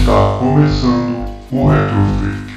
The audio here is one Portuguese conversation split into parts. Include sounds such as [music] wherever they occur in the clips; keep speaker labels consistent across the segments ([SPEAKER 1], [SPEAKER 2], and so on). [SPEAKER 1] Está Tá começando o Retrofit.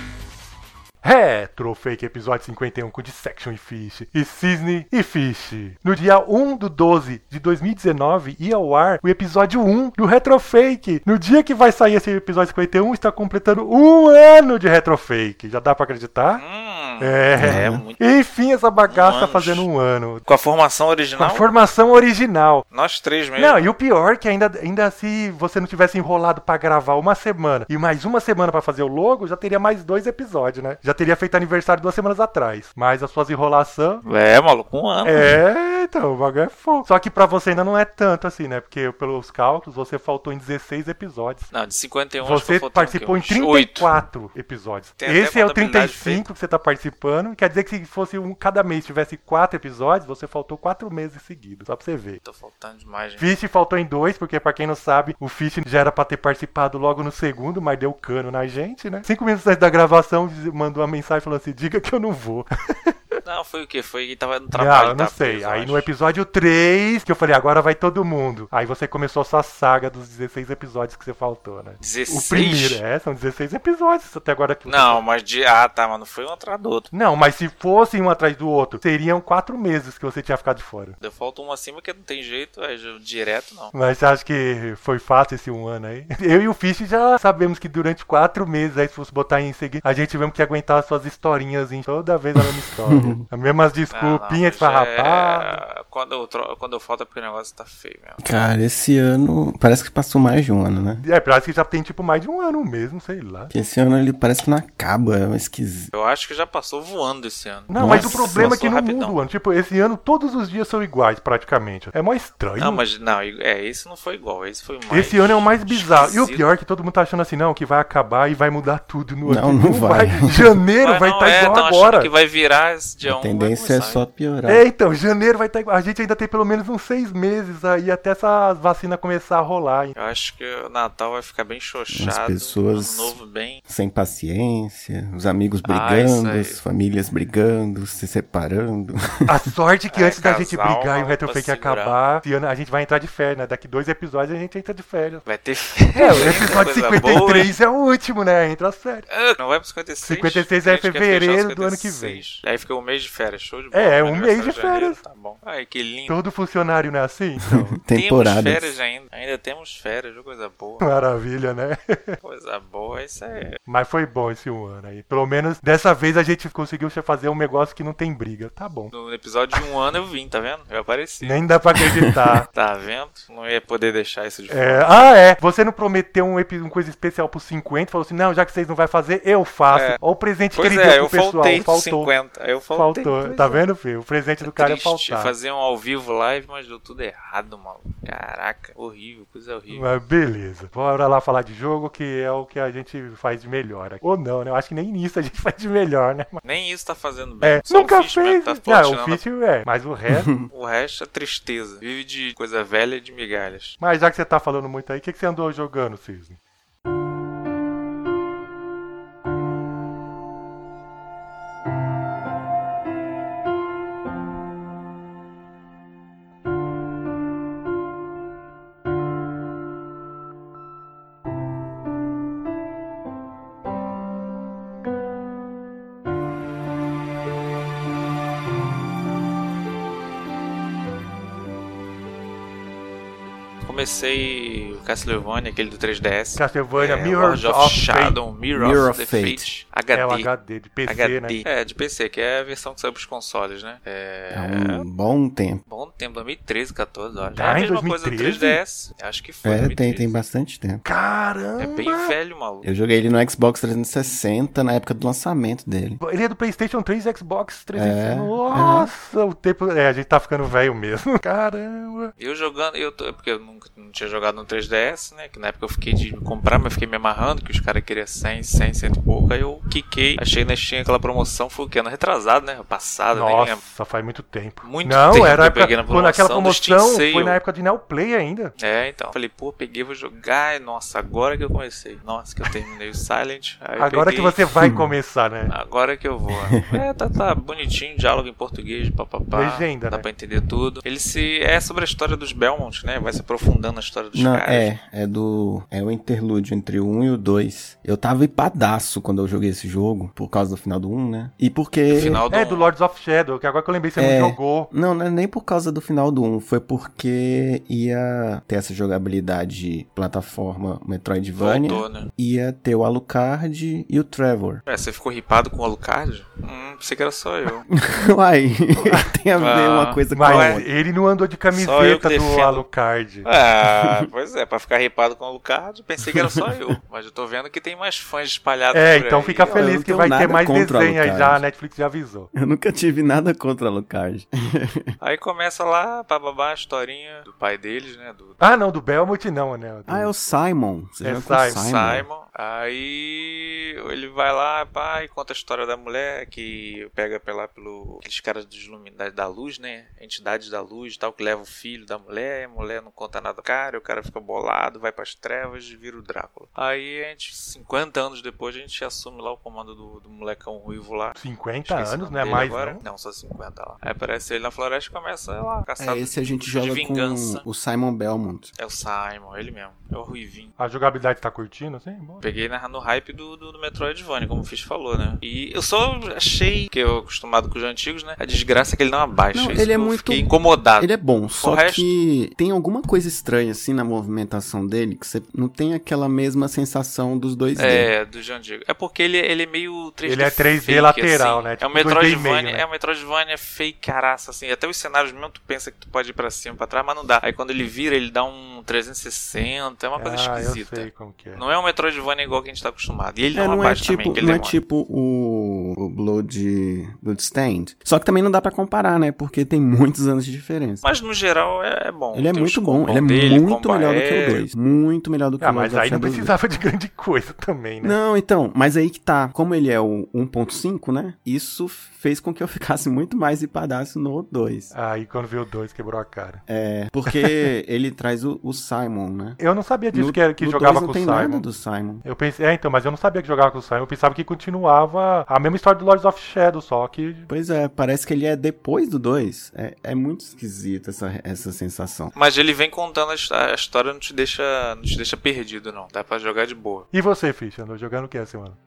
[SPEAKER 2] Retrofake episódio 51 com Dissection e Fish, e Cisne e Fish. No dia 1 do 12 de 2019 ia ao ar o episódio 1 do Retrofake. No dia que vai sair esse episódio 51 está completando um ano de Retrofake. Já dá pra acreditar?
[SPEAKER 3] Hum,
[SPEAKER 2] É.
[SPEAKER 3] é muito-
[SPEAKER 2] Enfim, essa bagaça
[SPEAKER 3] Um ano.
[SPEAKER 2] fazendo um ano.
[SPEAKER 3] Com a formação
[SPEAKER 2] Com a
[SPEAKER 3] original,
[SPEAKER 2] formação original.
[SPEAKER 3] nós três mesmo.
[SPEAKER 2] Não, e o pior é que ainda, ainda se você não tivesse enrolado pra gravar uma semana e mais uma semana pra fazer o logo, já teria mais dois episódios, né? Já teria feito aniversário duas semanas atrás. Mas as suas enrolação.
[SPEAKER 3] É, maluco, um ano.
[SPEAKER 2] É, então, o bagulho é fogo. Só que pra você ainda não é tanto assim, né? Porque pelos cálculos você faltou em 16 episódios.
[SPEAKER 3] Não, de 51 acho que
[SPEAKER 2] Você
[SPEAKER 3] eu faltei
[SPEAKER 2] participou
[SPEAKER 3] o
[SPEAKER 2] em
[SPEAKER 3] quê? Uns oito.
[SPEAKER 2] 34 episódios.
[SPEAKER 3] Tem até
[SPEAKER 2] Esse é o
[SPEAKER 3] contabilidade
[SPEAKER 2] 35 que você tá participando. Quer dizer que se fosse um cada mês tivesse quatro episódios, você faltou quatro meses seguidos. Só pra você ver.
[SPEAKER 3] Tô faltando demais, gente.
[SPEAKER 2] Fish faltou em dois, porque pra quem não sabe, o Fish já era pra ter participado logo no segundo, mas deu cano na gente, né? Cinco minutos antes da gravação, mandou uma mensagem falando assim: diga que eu não vou.
[SPEAKER 3] Não, foi o quê? Foi que tava no
[SPEAKER 2] Ah, [laughs]
[SPEAKER 3] trabalho.
[SPEAKER 2] eu não
[SPEAKER 3] tava
[SPEAKER 2] sei.
[SPEAKER 3] preso,
[SPEAKER 2] Aí
[SPEAKER 3] eu
[SPEAKER 2] no
[SPEAKER 3] acho.
[SPEAKER 2] episódio 3, que eu falei, agora vai todo mundo. Aí você começou essa saga dos 16 episódios que você faltou, né?
[SPEAKER 3] 16?
[SPEAKER 2] O primeiro, é, são 16 episódios até agora que você
[SPEAKER 3] Não, mas de. Ah, tá, mano. Foi um atrás do outro.
[SPEAKER 2] Não, mas se fossem um atrás do outro, seriam quatro meses que você tinha ficado fora.
[SPEAKER 3] Deu falta um acima que não tem jeito, é já- direto não.
[SPEAKER 2] Mas você acha que foi fácil esse um ano aí? [laughs] Eu e o Fish já sabemos que durante quatro meses, aí se fosse botar em seguida, a gente tivemos que aguentar as suas historinhas em toda vez a mesma
[SPEAKER 4] [laughs]
[SPEAKER 2] história. As mesmas desculpinhas
[SPEAKER 3] Ah, não, mas
[SPEAKER 2] esfarrapadas.
[SPEAKER 3] é- Quando eu, tro... Quando eu falto é porque o negócio tá feio mesmo.
[SPEAKER 4] Cara, esse ano parece que passou mais de um ano, né?
[SPEAKER 2] É, parece que já tem tipo mais de um ano mesmo, sei lá.
[SPEAKER 4] Porque esse ano ele parece que não acaba, é um esquisito.
[SPEAKER 3] Eu acho que já passou voando esse ano.
[SPEAKER 2] Não, mas o
[SPEAKER 4] Nossa,
[SPEAKER 2] problema é que
[SPEAKER 3] passou
[SPEAKER 2] não
[SPEAKER 3] rapidão.
[SPEAKER 2] muda o ano. Tipo, esse ano todos os dias são iguais, praticamente. É mó estranho.
[SPEAKER 3] Não, mas não, é, esse não foi igual, esse foi mais.
[SPEAKER 2] Esse ano é o mais bizarro. E o
[SPEAKER 3] esquisito.
[SPEAKER 2] pior é que todo mundo tá achando assim, não, que vai acabar e vai mudar tudo no ano.
[SPEAKER 4] Não, não vai.
[SPEAKER 2] Janeiro vai
[SPEAKER 3] não,
[SPEAKER 2] estar
[SPEAKER 3] é,
[SPEAKER 2] igual
[SPEAKER 3] tão achando
[SPEAKER 2] agora.
[SPEAKER 3] que vai virar esse dia
[SPEAKER 4] A
[SPEAKER 3] um,
[SPEAKER 4] tendência
[SPEAKER 3] vai
[SPEAKER 4] é
[SPEAKER 3] começar,
[SPEAKER 4] só
[SPEAKER 3] Tá.
[SPEAKER 4] piorar.
[SPEAKER 2] É, então, janeiro vai estar igual. A gente ainda tem pelo menos uns seis meses aí até essa vacina começar a rolar. hein?
[SPEAKER 3] Eu acho que o Natal vai ficar bem xoxado.
[SPEAKER 4] As pessoas-
[SPEAKER 3] Ano novo bem.
[SPEAKER 4] Sem paciência, os amigos
[SPEAKER 3] Ah,
[SPEAKER 4] brigando,
[SPEAKER 3] isso aí.
[SPEAKER 4] as famílias brigando, se separando.
[SPEAKER 2] A sorte é que
[SPEAKER 3] [laughs] É,
[SPEAKER 2] antes da gente
[SPEAKER 3] casal,
[SPEAKER 2] brigar e o
[SPEAKER 3] uma
[SPEAKER 2] retrofake
[SPEAKER 3] pra segurar.
[SPEAKER 2] acabar, esse ano a gente vai entrar de férias, né? Daqui dois episódios a gente entra de férias.
[SPEAKER 3] Vai ter. [laughs]
[SPEAKER 2] É, o episódio
[SPEAKER 3] Coisa
[SPEAKER 2] 53 é o último, né? Entra as férias.
[SPEAKER 3] boa. Ah, Não vai pro 56.
[SPEAKER 2] 56 é
[SPEAKER 3] A gente quer fechar os
[SPEAKER 2] fevereiro do ano que
[SPEAKER 3] 56. Aí fica um mês de férias, show de bola.
[SPEAKER 2] É,
[SPEAKER 3] Meu
[SPEAKER 2] um mês de
[SPEAKER 3] aniversário janeiro,
[SPEAKER 2] férias.
[SPEAKER 3] Tá bom. Ai, que lindo.
[SPEAKER 2] Todo funcionário não é assim? Então,
[SPEAKER 3] [laughs] Temos
[SPEAKER 4] Então, Temporadas.
[SPEAKER 3] férias ainda. Ainda temos férias, viu? coisa
[SPEAKER 2] [laughs]
[SPEAKER 3] boa.
[SPEAKER 2] [laughs] maravilha, né?
[SPEAKER 3] Coisa boa, isso é.
[SPEAKER 2] Mas foi bom esse um ano aí. Pelo menos dessa vez a gente conseguiu fazer um negócio que não tem briga. Tá bom.
[SPEAKER 3] No episódio de um ano eu vim, tá vendo? Eu apareci.
[SPEAKER 2] Nem dá pra acreditar.
[SPEAKER 3] Tá vendo? Não ia poder deixar isso de fora.
[SPEAKER 2] É, ah, é. Você não prometeu um epi- uma coisa especial pros 50, falou assim: não, já que vocês não vão fazer, eu faço.
[SPEAKER 3] É.
[SPEAKER 2] Olha o presente
[SPEAKER 3] Pois
[SPEAKER 2] que ele deu
[SPEAKER 3] é,
[SPEAKER 2] pro
[SPEAKER 3] eu
[SPEAKER 2] pessoal.
[SPEAKER 3] faltei
[SPEAKER 2] faltou.
[SPEAKER 3] 50. Eu faltei.
[SPEAKER 2] faltou.
[SPEAKER 3] Pois
[SPEAKER 2] Tá
[SPEAKER 3] é.
[SPEAKER 2] vendo, filho? O presente do
[SPEAKER 3] É
[SPEAKER 2] cara
[SPEAKER 3] triste
[SPEAKER 2] é faltar.
[SPEAKER 3] fazer um ao vivo live, mas deu tudo errado, maluco. Caraca, horrível, coisa horrível.
[SPEAKER 2] Mas beleza. Bora lá falar de jogo, que é o que a gente faz de melhor. aqui. Ou não, né? Eu acho que nem nisso a gente [laughs] faz de melhor, né? Mas-
[SPEAKER 3] Nem isso tá fazendo bem.
[SPEAKER 2] É,
[SPEAKER 3] Só o
[SPEAKER 2] nunca
[SPEAKER 3] Fish mesmo
[SPEAKER 2] fez.
[SPEAKER 3] Tá
[SPEAKER 2] não, o
[SPEAKER 3] platinando.
[SPEAKER 2] Fitch é. Mas o
[SPEAKER 3] [laughs]
[SPEAKER 2] resto.
[SPEAKER 3] O resto é tristeza. Vive de coisa velha e de migalhas.
[SPEAKER 2] mas já que você tá falando muito aí, o que, que você andou jogando, Cisne?
[SPEAKER 3] Comecei o Castlevania, aquele do 3DS.
[SPEAKER 2] Castlevania,
[SPEAKER 3] É,
[SPEAKER 2] Mirror
[SPEAKER 3] Lord of,
[SPEAKER 2] of
[SPEAKER 3] Shadow, Mirror,
[SPEAKER 4] Mirror
[SPEAKER 3] of the
[SPEAKER 4] of Fate.
[SPEAKER 3] Fate.
[SPEAKER 2] É o
[SPEAKER 3] HD.
[SPEAKER 2] HD de PC,
[SPEAKER 3] HD.
[SPEAKER 2] né?
[SPEAKER 3] É, de PC, que é a versão que saiu pros consoles, né? É.
[SPEAKER 4] É um bom tempo.
[SPEAKER 3] Bom tempo, 2013, 14, eu acho.
[SPEAKER 2] Tá,
[SPEAKER 3] é a
[SPEAKER 2] em
[SPEAKER 3] mesma coisa do
[SPEAKER 2] 2013?
[SPEAKER 3] 3DS. Acho que foi.
[SPEAKER 4] É, tem,
[SPEAKER 3] 2013.
[SPEAKER 4] tem bastante tempo.
[SPEAKER 2] Caramba!
[SPEAKER 3] É bem velho, maluco.
[SPEAKER 4] Eu joguei ele no Xbox 360 na época do lançamento dele.
[SPEAKER 2] Ele é do PlayStation 3 e Xbox 360.
[SPEAKER 4] É,
[SPEAKER 2] Nossa, o tempo. É, a gente tá ficando velho mesmo. [laughs] Caramba.
[SPEAKER 3] Eu jogando, eu tô, porque eu é nunca não tinha jogado no 3DS, 3DS, né? Que na época eu fiquei de comprar, mas fiquei me amarrando, que os caras queriam 100, 100, 100 e pouco. Aí eu quiquei, achei na Steam aquela promoção, foi o que? Ano retrasado, né? Passado, nem lembro.
[SPEAKER 2] Nossa, faz muito tempo.
[SPEAKER 3] Muito
[SPEAKER 2] não,
[SPEAKER 3] tempo
[SPEAKER 2] era a
[SPEAKER 3] eu
[SPEAKER 2] época,
[SPEAKER 3] peguei na
[SPEAKER 2] quando aquela
[SPEAKER 3] promoção do Steam
[SPEAKER 2] promoção foi
[SPEAKER 3] Sale.
[SPEAKER 2] na época de Neo Play ainda.
[SPEAKER 3] É, então. Falei, pô, peguei, vou jogar. e, Nossa, agora que eu comecei. Nossa, que eu terminei o Silent. Aí eu
[SPEAKER 2] Agora que
[SPEAKER 3] peguei- Ah,
[SPEAKER 2] você vai começar, né?
[SPEAKER 3] Agora que eu
[SPEAKER 2] [laughs]
[SPEAKER 3] vou. É, tá, tá bonitinho, diálogo em português, papapá.
[SPEAKER 2] Legenda,
[SPEAKER 3] Dá
[SPEAKER 2] né?
[SPEAKER 3] pra entender tudo. Ele se. É sobre a história dos Belmont, né? Vai se aprofundando na história dos
[SPEAKER 4] Não,
[SPEAKER 3] caras.
[SPEAKER 4] é, é do. É o interlúdio entre o 1 e o 2. Eu tava hipadaço quando eu joguei esse jogo, por causa do final do 1, né? E porque.
[SPEAKER 3] Final do.
[SPEAKER 2] É, do Lords of Shadow, que agora que eu lembrei, você
[SPEAKER 4] É.
[SPEAKER 2] não jogou.
[SPEAKER 4] Não, não é nem por causa do final do 1, foi porque ia ter essa jogabilidade plataforma Metroidvania,
[SPEAKER 3] Voltou, né?
[SPEAKER 4] ia ter o Alucard e o Trevor. [laughs]
[SPEAKER 3] É, você ficou ripado com o Alucard? Hum, pensei que era só
[SPEAKER 2] [laughs]
[SPEAKER 3] eu.
[SPEAKER 4] Uai, [laughs] tem a ver
[SPEAKER 3] Ah,
[SPEAKER 4] uma coisa com a
[SPEAKER 2] Mas
[SPEAKER 4] outra.
[SPEAKER 2] ele não andou de
[SPEAKER 3] Só eu que
[SPEAKER 2] camiseta do
[SPEAKER 3] defendo.
[SPEAKER 2] Alucard.
[SPEAKER 3] ah, pois é, pra ficar ripado com o Alucard, pensei que era só eu. Mas eu tô vendo que tem mais fãs espalhados
[SPEAKER 2] É,
[SPEAKER 3] por
[SPEAKER 2] então
[SPEAKER 3] aí,
[SPEAKER 2] fica
[SPEAKER 3] ó.
[SPEAKER 4] Eu
[SPEAKER 2] feliz
[SPEAKER 4] não
[SPEAKER 2] que
[SPEAKER 4] tenho
[SPEAKER 2] vai ter
[SPEAKER 4] nada
[SPEAKER 2] mais
[SPEAKER 4] contra o
[SPEAKER 2] desenho aí
[SPEAKER 4] Alucard.
[SPEAKER 2] já, a Netflix já avisou.
[SPEAKER 4] Eu nunca tive nada contra o Alucard.
[SPEAKER 3] Aí começa lá, bababá, a historinha do pai deles, né? Do
[SPEAKER 2] Ah, não, do Belmont não, né?
[SPEAKER 4] Ah, é o Simon. Você
[SPEAKER 2] É
[SPEAKER 4] joga com o
[SPEAKER 2] Simon.
[SPEAKER 3] Simon. Aí ele vai lá, pai, conta a história da mulher que pega pela pelo aqueles caras dos lumi- da, da luz, né? Entidades da luz, e tal, que leva o filho da mulher, a mulher não conta nada pro cara, o cara fica bolado, vai pras trevas e vira o Drácula. Aí a gente 50 anos depois a gente assume lá o comando do, do molecão ruivo lá.
[SPEAKER 2] 50
[SPEAKER 3] Esqueci o
[SPEAKER 2] anos,
[SPEAKER 3] nome
[SPEAKER 2] né?
[SPEAKER 3] dele
[SPEAKER 2] Mais
[SPEAKER 3] agora.
[SPEAKER 2] não.
[SPEAKER 3] Não, só 50 lá. Aí aparece ele na floresta e começa lá,
[SPEAKER 4] É,
[SPEAKER 3] caçado.
[SPEAKER 4] esse a gente
[SPEAKER 3] de
[SPEAKER 4] joga
[SPEAKER 3] vingança.
[SPEAKER 4] com o Simon Belmont.
[SPEAKER 3] É o Simon, ele mesmo. É o Ruivinho.
[SPEAKER 2] A jogabilidade tá curtindo, assim? Bom.
[SPEAKER 3] Peguei na- no hype do, do, do Metroidvania, como o Fish falou, né? E eu só achei, que eu acostumado com os antigos, né? A desgraça é que ele não abaixa.
[SPEAKER 4] Não,
[SPEAKER 3] Isso
[SPEAKER 4] ele é
[SPEAKER 3] que eu
[SPEAKER 4] muito-
[SPEAKER 3] Fiquei incomodado.
[SPEAKER 4] Ele é bom, só
[SPEAKER 3] Ah, resto-
[SPEAKER 4] que tem alguma coisa estranha assim na movimentação dele que você não tem aquela mesma sensação dos dois d
[SPEAKER 3] É, dos antigos. É porque ele, ele é meio 3D.
[SPEAKER 2] Ele é 3D
[SPEAKER 3] fake,
[SPEAKER 2] lateral,
[SPEAKER 3] assim.
[SPEAKER 2] né?
[SPEAKER 3] É
[SPEAKER 2] Tipo
[SPEAKER 3] um
[SPEAKER 2] 2D e meio,
[SPEAKER 3] Metroidvania,
[SPEAKER 2] né?
[SPEAKER 3] é um Metroidvania fake caraça, assim. Até os cenários mesmo tu pensa que tu pode ir pra cima, pra trás, mas não dá. Aí quando ele vira, ele dá um 360, é uma coisa
[SPEAKER 2] ah, eu
[SPEAKER 3] esquisita.
[SPEAKER 2] sei como que é.
[SPEAKER 3] Não é um Metroidvania igual que a gente tá acostumado. E ele
[SPEAKER 4] É,
[SPEAKER 3] não,
[SPEAKER 4] não é
[SPEAKER 3] abaixa
[SPEAKER 4] tipo,
[SPEAKER 3] também, que ele
[SPEAKER 4] não é
[SPEAKER 3] demora.
[SPEAKER 4] tipo o, o Blood, Bloodstained. Só que também não dá pra comparar, né? Porque tem muitos anos de diferença.
[SPEAKER 3] Mas no geral é, é bom.
[SPEAKER 4] ele é
[SPEAKER 3] Tem os
[SPEAKER 4] muito bom,
[SPEAKER 3] combos
[SPEAKER 4] ele é
[SPEAKER 3] dele,
[SPEAKER 4] muito
[SPEAKER 3] combo
[SPEAKER 4] melhor do que o
[SPEAKER 3] aéreo.
[SPEAKER 4] 2. Muito melhor do que
[SPEAKER 2] Ah,
[SPEAKER 4] o
[SPEAKER 2] mas
[SPEAKER 4] Lords of
[SPEAKER 2] aí não
[SPEAKER 4] Shadow 2.
[SPEAKER 2] precisava de grande coisa também, né?
[SPEAKER 4] Não, então, mas aí que tá. Como ele é o 1.5, né? Isso fez com que eu [laughs] ficasse muito mais hipadaço no 2.
[SPEAKER 2] Aí quando veio o 2, quebrou a cara.
[SPEAKER 4] É, porque ele traz o, o Simon, né?
[SPEAKER 2] Eu não sabia disso
[SPEAKER 4] No-
[SPEAKER 2] que, era- que
[SPEAKER 4] no
[SPEAKER 2] jogava
[SPEAKER 4] dois
[SPEAKER 2] com
[SPEAKER 4] não
[SPEAKER 2] o
[SPEAKER 4] tem nada
[SPEAKER 2] Simon.
[SPEAKER 4] do Simon.
[SPEAKER 2] Eu pensei, é, então, mas eu não sabia que jogava com o Simon. Eu pensava que continuava a mesma história do Lords of Shadow, só que.
[SPEAKER 4] Pois é, parece que ele é depois do 2. É, é muito esquisito essa, essa sensação.
[SPEAKER 3] Mas ele vem contando a his- a história, não te deixa, não te deixa perdido, não. Dá pra jogar de boa.
[SPEAKER 2] E você, Ficha? Andou jogando o que essa
[SPEAKER 4] [laughs]
[SPEAKER 2] semana?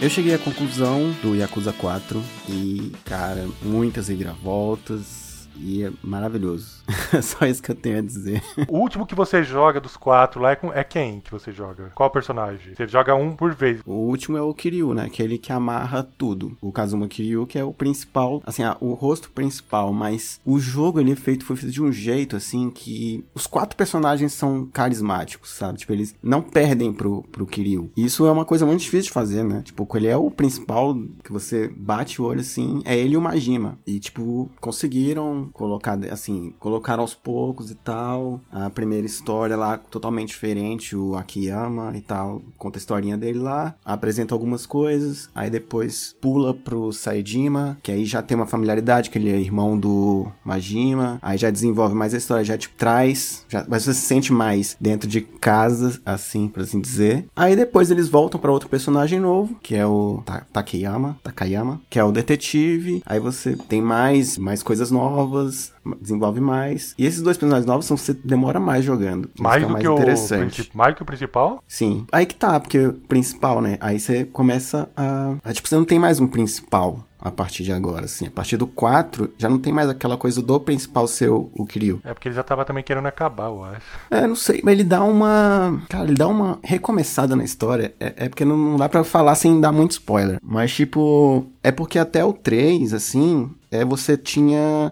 [SPEAKER 4] Eu cheguei à conclusão do Yakuza 4 e, cara, muitas reviravoltas e é maravilhoso. [laughs] É só isso que eu tenho a dizer.
[SPEAKER 2] O último que você joga dos quatro lá é, com- é quem que você joga? Qual personagem? Você joga um por vez.
[SPEAKER 4] O último é o Kiryu, né? Aquele que amarra tudo. O Kazuma Kiryu, que é o principal, assim, ah, o rosto principal, mas o jogo ele é feito, foi feito de um jeito, assim, que os quatro personagens são carismáticos, sabe? Tipo, eles não perdem pro, pro Kiryu. E Isso é uma coisa muito difícil de fazer, né? Tipo, ele é o principal que você bate o olho, assim, é ele e o Majima. E, tipo, conseguiram colocar, assim, colocaram aos poucos e tal. A primeira história lá, totalmente diferente, o Akiyama e tal, conta a historinha dele lá, apresenta algumas coisas, aí depois pula pro Saejima, que aí já tem uma familiaridade, que ele é irmão do Majima, aí já desenvolve mais a história, já te traz, já- mas você se sente mais dentro de casa, assim, por assim dizer. Aí depois eles voltam pra outro personagem novo, que é o Ta- Takeyama, Takayama, que é o detetive, aí você tem mais, mais coisas novas, novas, desenvolve mais. E esses dois personagens novos são você demora é mais jogando.
[SPEAKER 2] Mais
[SPEAKER 4] fica
[SPEAKER 2] do que o principal. Mais do que o principal?
[SPEAKER 4] Sim. Aí que tá, porque o principal, né? Aí você começa a. a tipo, você não tem mais um principal a partir de agora, assim. A partir do 4, já não tem mais aquela coisa do principal ser o, o Kiryu.
[SPEAKER 2] É porque ele já tava também querendo acabar, eu acho.
[SPEAKER 4] É, não sei, mas ele dá uma. Cara, ele dá uma recomeçada na história. É, é porque não, não dá pra falar sem dar muito spoiler. Mas, tipo. É porque até o 3, assim. É, você tinha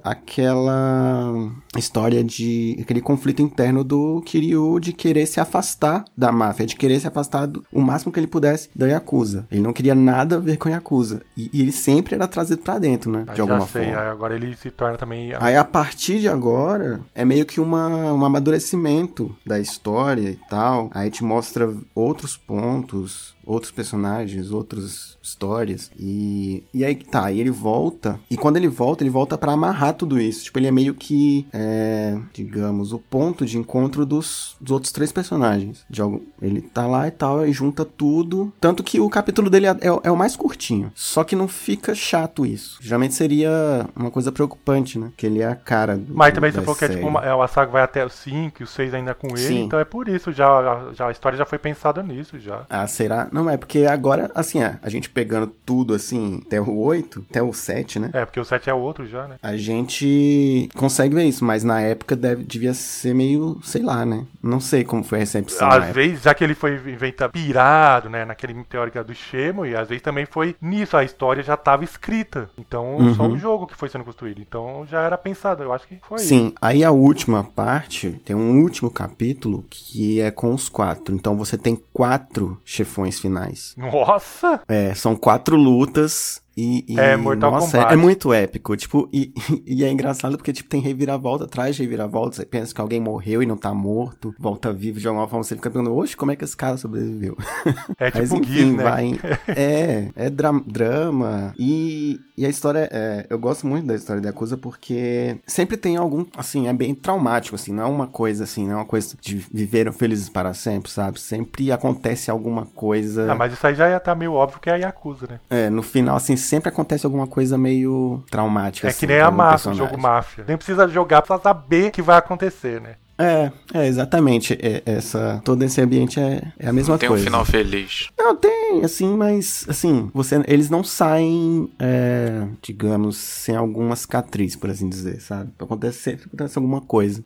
[SPEAKER 4] aquela história de. aquele conflito interno do Kiryu de querer se afastar da máfia, de querer se afastar do, o máximo que ele pudesse da Yakuza. Ele não queria nada a ver com a Yakuza. E, e ele sempre era trazido pra dentro, né?
[SPEAKER 2] Ah,
[SPEAKER 4] De
[SPEAKER 2] já
[SPEAKER 4] alguma
[SPEAKER 2] sei,
[SPEAKER 4] forma. Ah,
[SPEAKER 2] aí agora ele se torna também.
[SPEAKER 4] Aí a partir de agora é meio que uma, um amadurecimento da história e tal. Aí te mostra outros pontos, outros personagens, outras histórias. E, e aí tá, aí ele volta. E quando ele volta, ele volta pra amarrar tudo isso. Tipo, ele é meio que, é, digamos, o ponto de encontro dos, dos outros três personagens. De algum, ele tá lá e tal, e junta tudo. Tanto que o capítulo dele é, é- é o mais curtinho. Só que não fica chato isso. Geralmente seria uma coisa preocupante, né? Que ele é a cara do.
[SPEAKER 2] Mas também se
[SPEAKER 4] da
[SPEAKER 2] for que é, tipo,
[SPEAKER 4] série.
[SPEAKER 2] uma, é, a saga vai até o 5 e o 6 ainda com ele,
[SPEAKER 4] Sim.
[SPEAKER 2] então é por isso, já, já a história já foi pensada nisso já.
[SPEAKER 4] Ah, será? Não, é porque agora, assim, é, a gente pegando tudo, assim, até o 8, até o 7, né?
[SPEAKER 2] É, porque o 7 é outro já, né?
[SPEAKER 4] A gente consegue ver isso, mas na época deve, devia ser meio, sei lá, né? Não sei como foi a recepção. na
[SPEAKER 2] Ah, às
[SPEAKER 4] época.
[SPEAKER 2] vezes, já que ele foi inventar pirado, né, naquele teórica do Shemo, e às vezes também foi nisso, a história já tava escrita. Então, só
[SPEAKER 4] Uhum.
[SPEAKER 2] o jogo que foi sendo construído. Então, já era pensado, eu acho que foi isso.
[SPEAKER 4] Sim, aí a última parte tem um último capítulo que é com os quatro. Então você tem quatro chefões finais.
[SPEAKER 2] Nossa!
[SPEAKER 4] É, são quatro lutas e, e-
[SPEAKER 2] É, Mortal
[SPEAKER 4] nossa,
[SPEAKER 2] Kombat.
[SPEAKER 4] É, é muito épico, tipo, e, [laughs] e é engraçado porque, tipo, tem reviravolta atrás de reviravolta, você pensa que alguém morreu e não tá morto, volta vivo de alguma forma, você fica pensando, oxe, como é que esse cara sobreviveu?
[SPEAKER 2] É
[SPEAKER 4] Mas
[SPEAKER 2] tipo o
[SPEAKER 4] enfim,
[SPEAKER 2] Giz, né?
[SPEAKER 4] vai,
[SPEAKER 2] [laughs]
[SPEAKER 4] é, é dra- drama, e, e a história, é, eu gosto muito da história da Yakuza porque sempre tem algum, assim, é bem traumático, assim, não é uma coisa, assim, não é uma coisa de viveram felizes para sempre, sabe? Sempre acontece alguma coisa...
[SPEAKER 2] Ah, mas isso aí já ia tá meio óbvio que é a Yakuza, né?
[SPEAKER 4] É, no final, assim, sempre acontece alguma coisa meio traumática.
[SPEAKER 2] É
[SPEAKER 4] assim,
[SPEAKER 2] que nem
[SPEAKER 4] pra
[SPEAKER 2] a
[SPEAKER 4] algum
[SPEAKER 2] máfia, o
[SPEAKER 4] personagem.
[SPEAKER 2] jogo máfia. Nem precisa jogar pra saber o que vai acontecer, né?
[SPEAKER 4] É, é, exatamente. É, essa, todo esse ambiente é, é a mesma
[SPEAKER 3] Tem um
[SPEAKER 4] coisa.
[SPEAKER 3] final feliz.
[SPEAKER 4] Não, tem, assim, mas, assim, você, eles não saem, é, digamos, sem algumas cicatriz, por assim dizer, sabe? Acontece sempre acontece alguma coisa.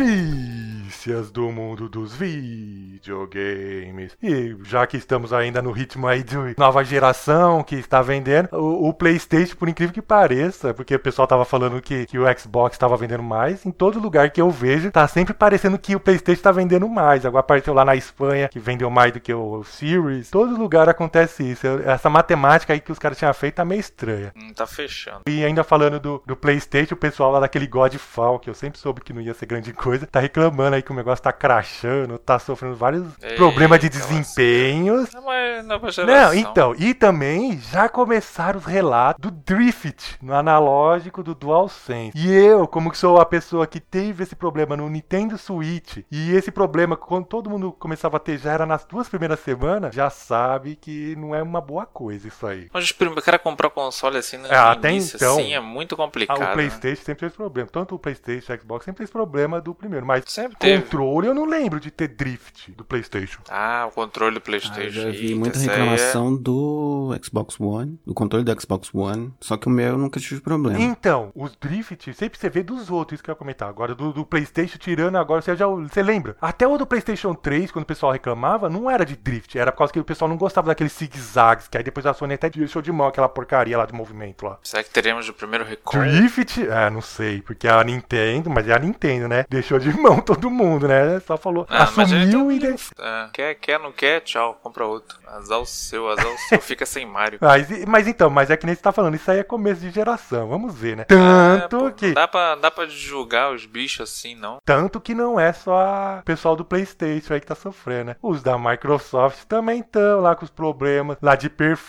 [SPEAKER 2] Notícias do mundo dos videogames. E já que estamos ainda no ritmo aí de nova geração que está vendendo, o, o PlayStation, por incrível que pareça, porque o pessoal tava falando que, que o Xbox estava vendendo mais, em todo lugar que eu vejo, tá sempre parecendo que o PlayStation tá vendendo mais. Agora apareceu lá na Espanha que vendeu mais do que o Series. Todo lugar acontece isso. Essa matemática aí que os caras tinham feito tá meio estranha.
[SPEAKER 3] Hum, tá fechando.
[SPEAKER 2] E ainda falando do, do Playstation, o pessoal lá daquele Godfall, que eu sempre soube que não ia ser grande coisa, tá reclamando aí que o negócio tá crachando, tá sofrendo vários
[SPEAKER 3] Eita,
[SPEAKER 2] problemas de
[SPEAKER 3] lasqueira.
[SPEAKER 2] desempenhos.
[SPEAKER 3] Não, mas nova
[SPEAKER 2] Não,
[SPEAKER 3] geração.
[SPEAKER 2] então, e também já começaram os relatos do Drift no analógico do DualSense. E eu, como que sou a pessoa que teve esse problema no Nintendo Switch, e esse problema, quando todo mundo começava a ter, já era nas duas primeiras semanas, já sabe que não é uma boa coisa isso aí.
[SPEAKER 3] Mas os primeiros cara comprar console assim no
[SPEAKER 2] Ah, até
[SPEAKER 3] início,
[SPEAKER 2] então.
[SPEAKER 3] assim, é muito
[SPEAKER 2] Ah,
[SPEAKER 3] complicado.
[SPEAKER 2] o
[SPEAKER 3] né?
[SPEAKER 2] PlayStation sempre teve problema. Tanto o PlayStation, o Xbox sempre teve problema do primeiro. Mas
[SPEAKER 3] Sempre teve.
[SPEAKER 2] controle eu não lembro de ter drift do PlayStation.
[SPEAKER 3] Ah, o controle do
[SPEAKER 4] Ah, eu
[SPEAKER 3] Playstation.
[SPEAKER 4] já vi
[SPEAKER 3] Eita,
[SPEAKER 4] muita
[SPEAKER 3] isso aí é-
[SPEAKER 4] reclamação do Xbox One, do controle do Xbox One, só que o meu eu nunca tive problema.
[SPEAKER 2] Então, os drift sempre você vê dos outros, isso que eu ia comentar. Agora, do, do PlayStation tirando agora, você já você lembra? Até o do PlayStation 3, quando o pessoal reclamava, não era de drift. Era por causa que o pessoal não gostava daqueles zigue-zagues, que aí depois a Sony até deixou de mão aquela porcaria lá de movimento lá. É,
[SPEAKER 3] Será que teremos o primeiro recorde?
[SPEAKER 2] Drift? Ah, não sei, porque a Nintendo, mas é a Nintendo, né? Deixou de mão [laughs] todo mundo. mundo, né? Só falou,
[SPEAKER 3] Ah, mas ele
[SPEAKER 2] assumiu e... de-
[SPEAKER 3] É, quer, quer, não quer, tchau, compra outro. Azar o seu, azar o seu, [laughs] fica sem Mario.
[SPEAKER 2] Mas, e- mas então, mas é que nem você tá falando, isso aí é começo de geração, vamos ver, né? Tanto
[SPEAKER 3] É, pô,
[SPEAKER 2] que
[SPEAKER 3] Não dá pra, não dá pra julgar os bichos assim, não.
[SPEAKER 2] Tanto que não é só a- o pessoal do PlayStation aí que tá sofrendo, né? Os da Microsoft também estão lá com os problemas lá de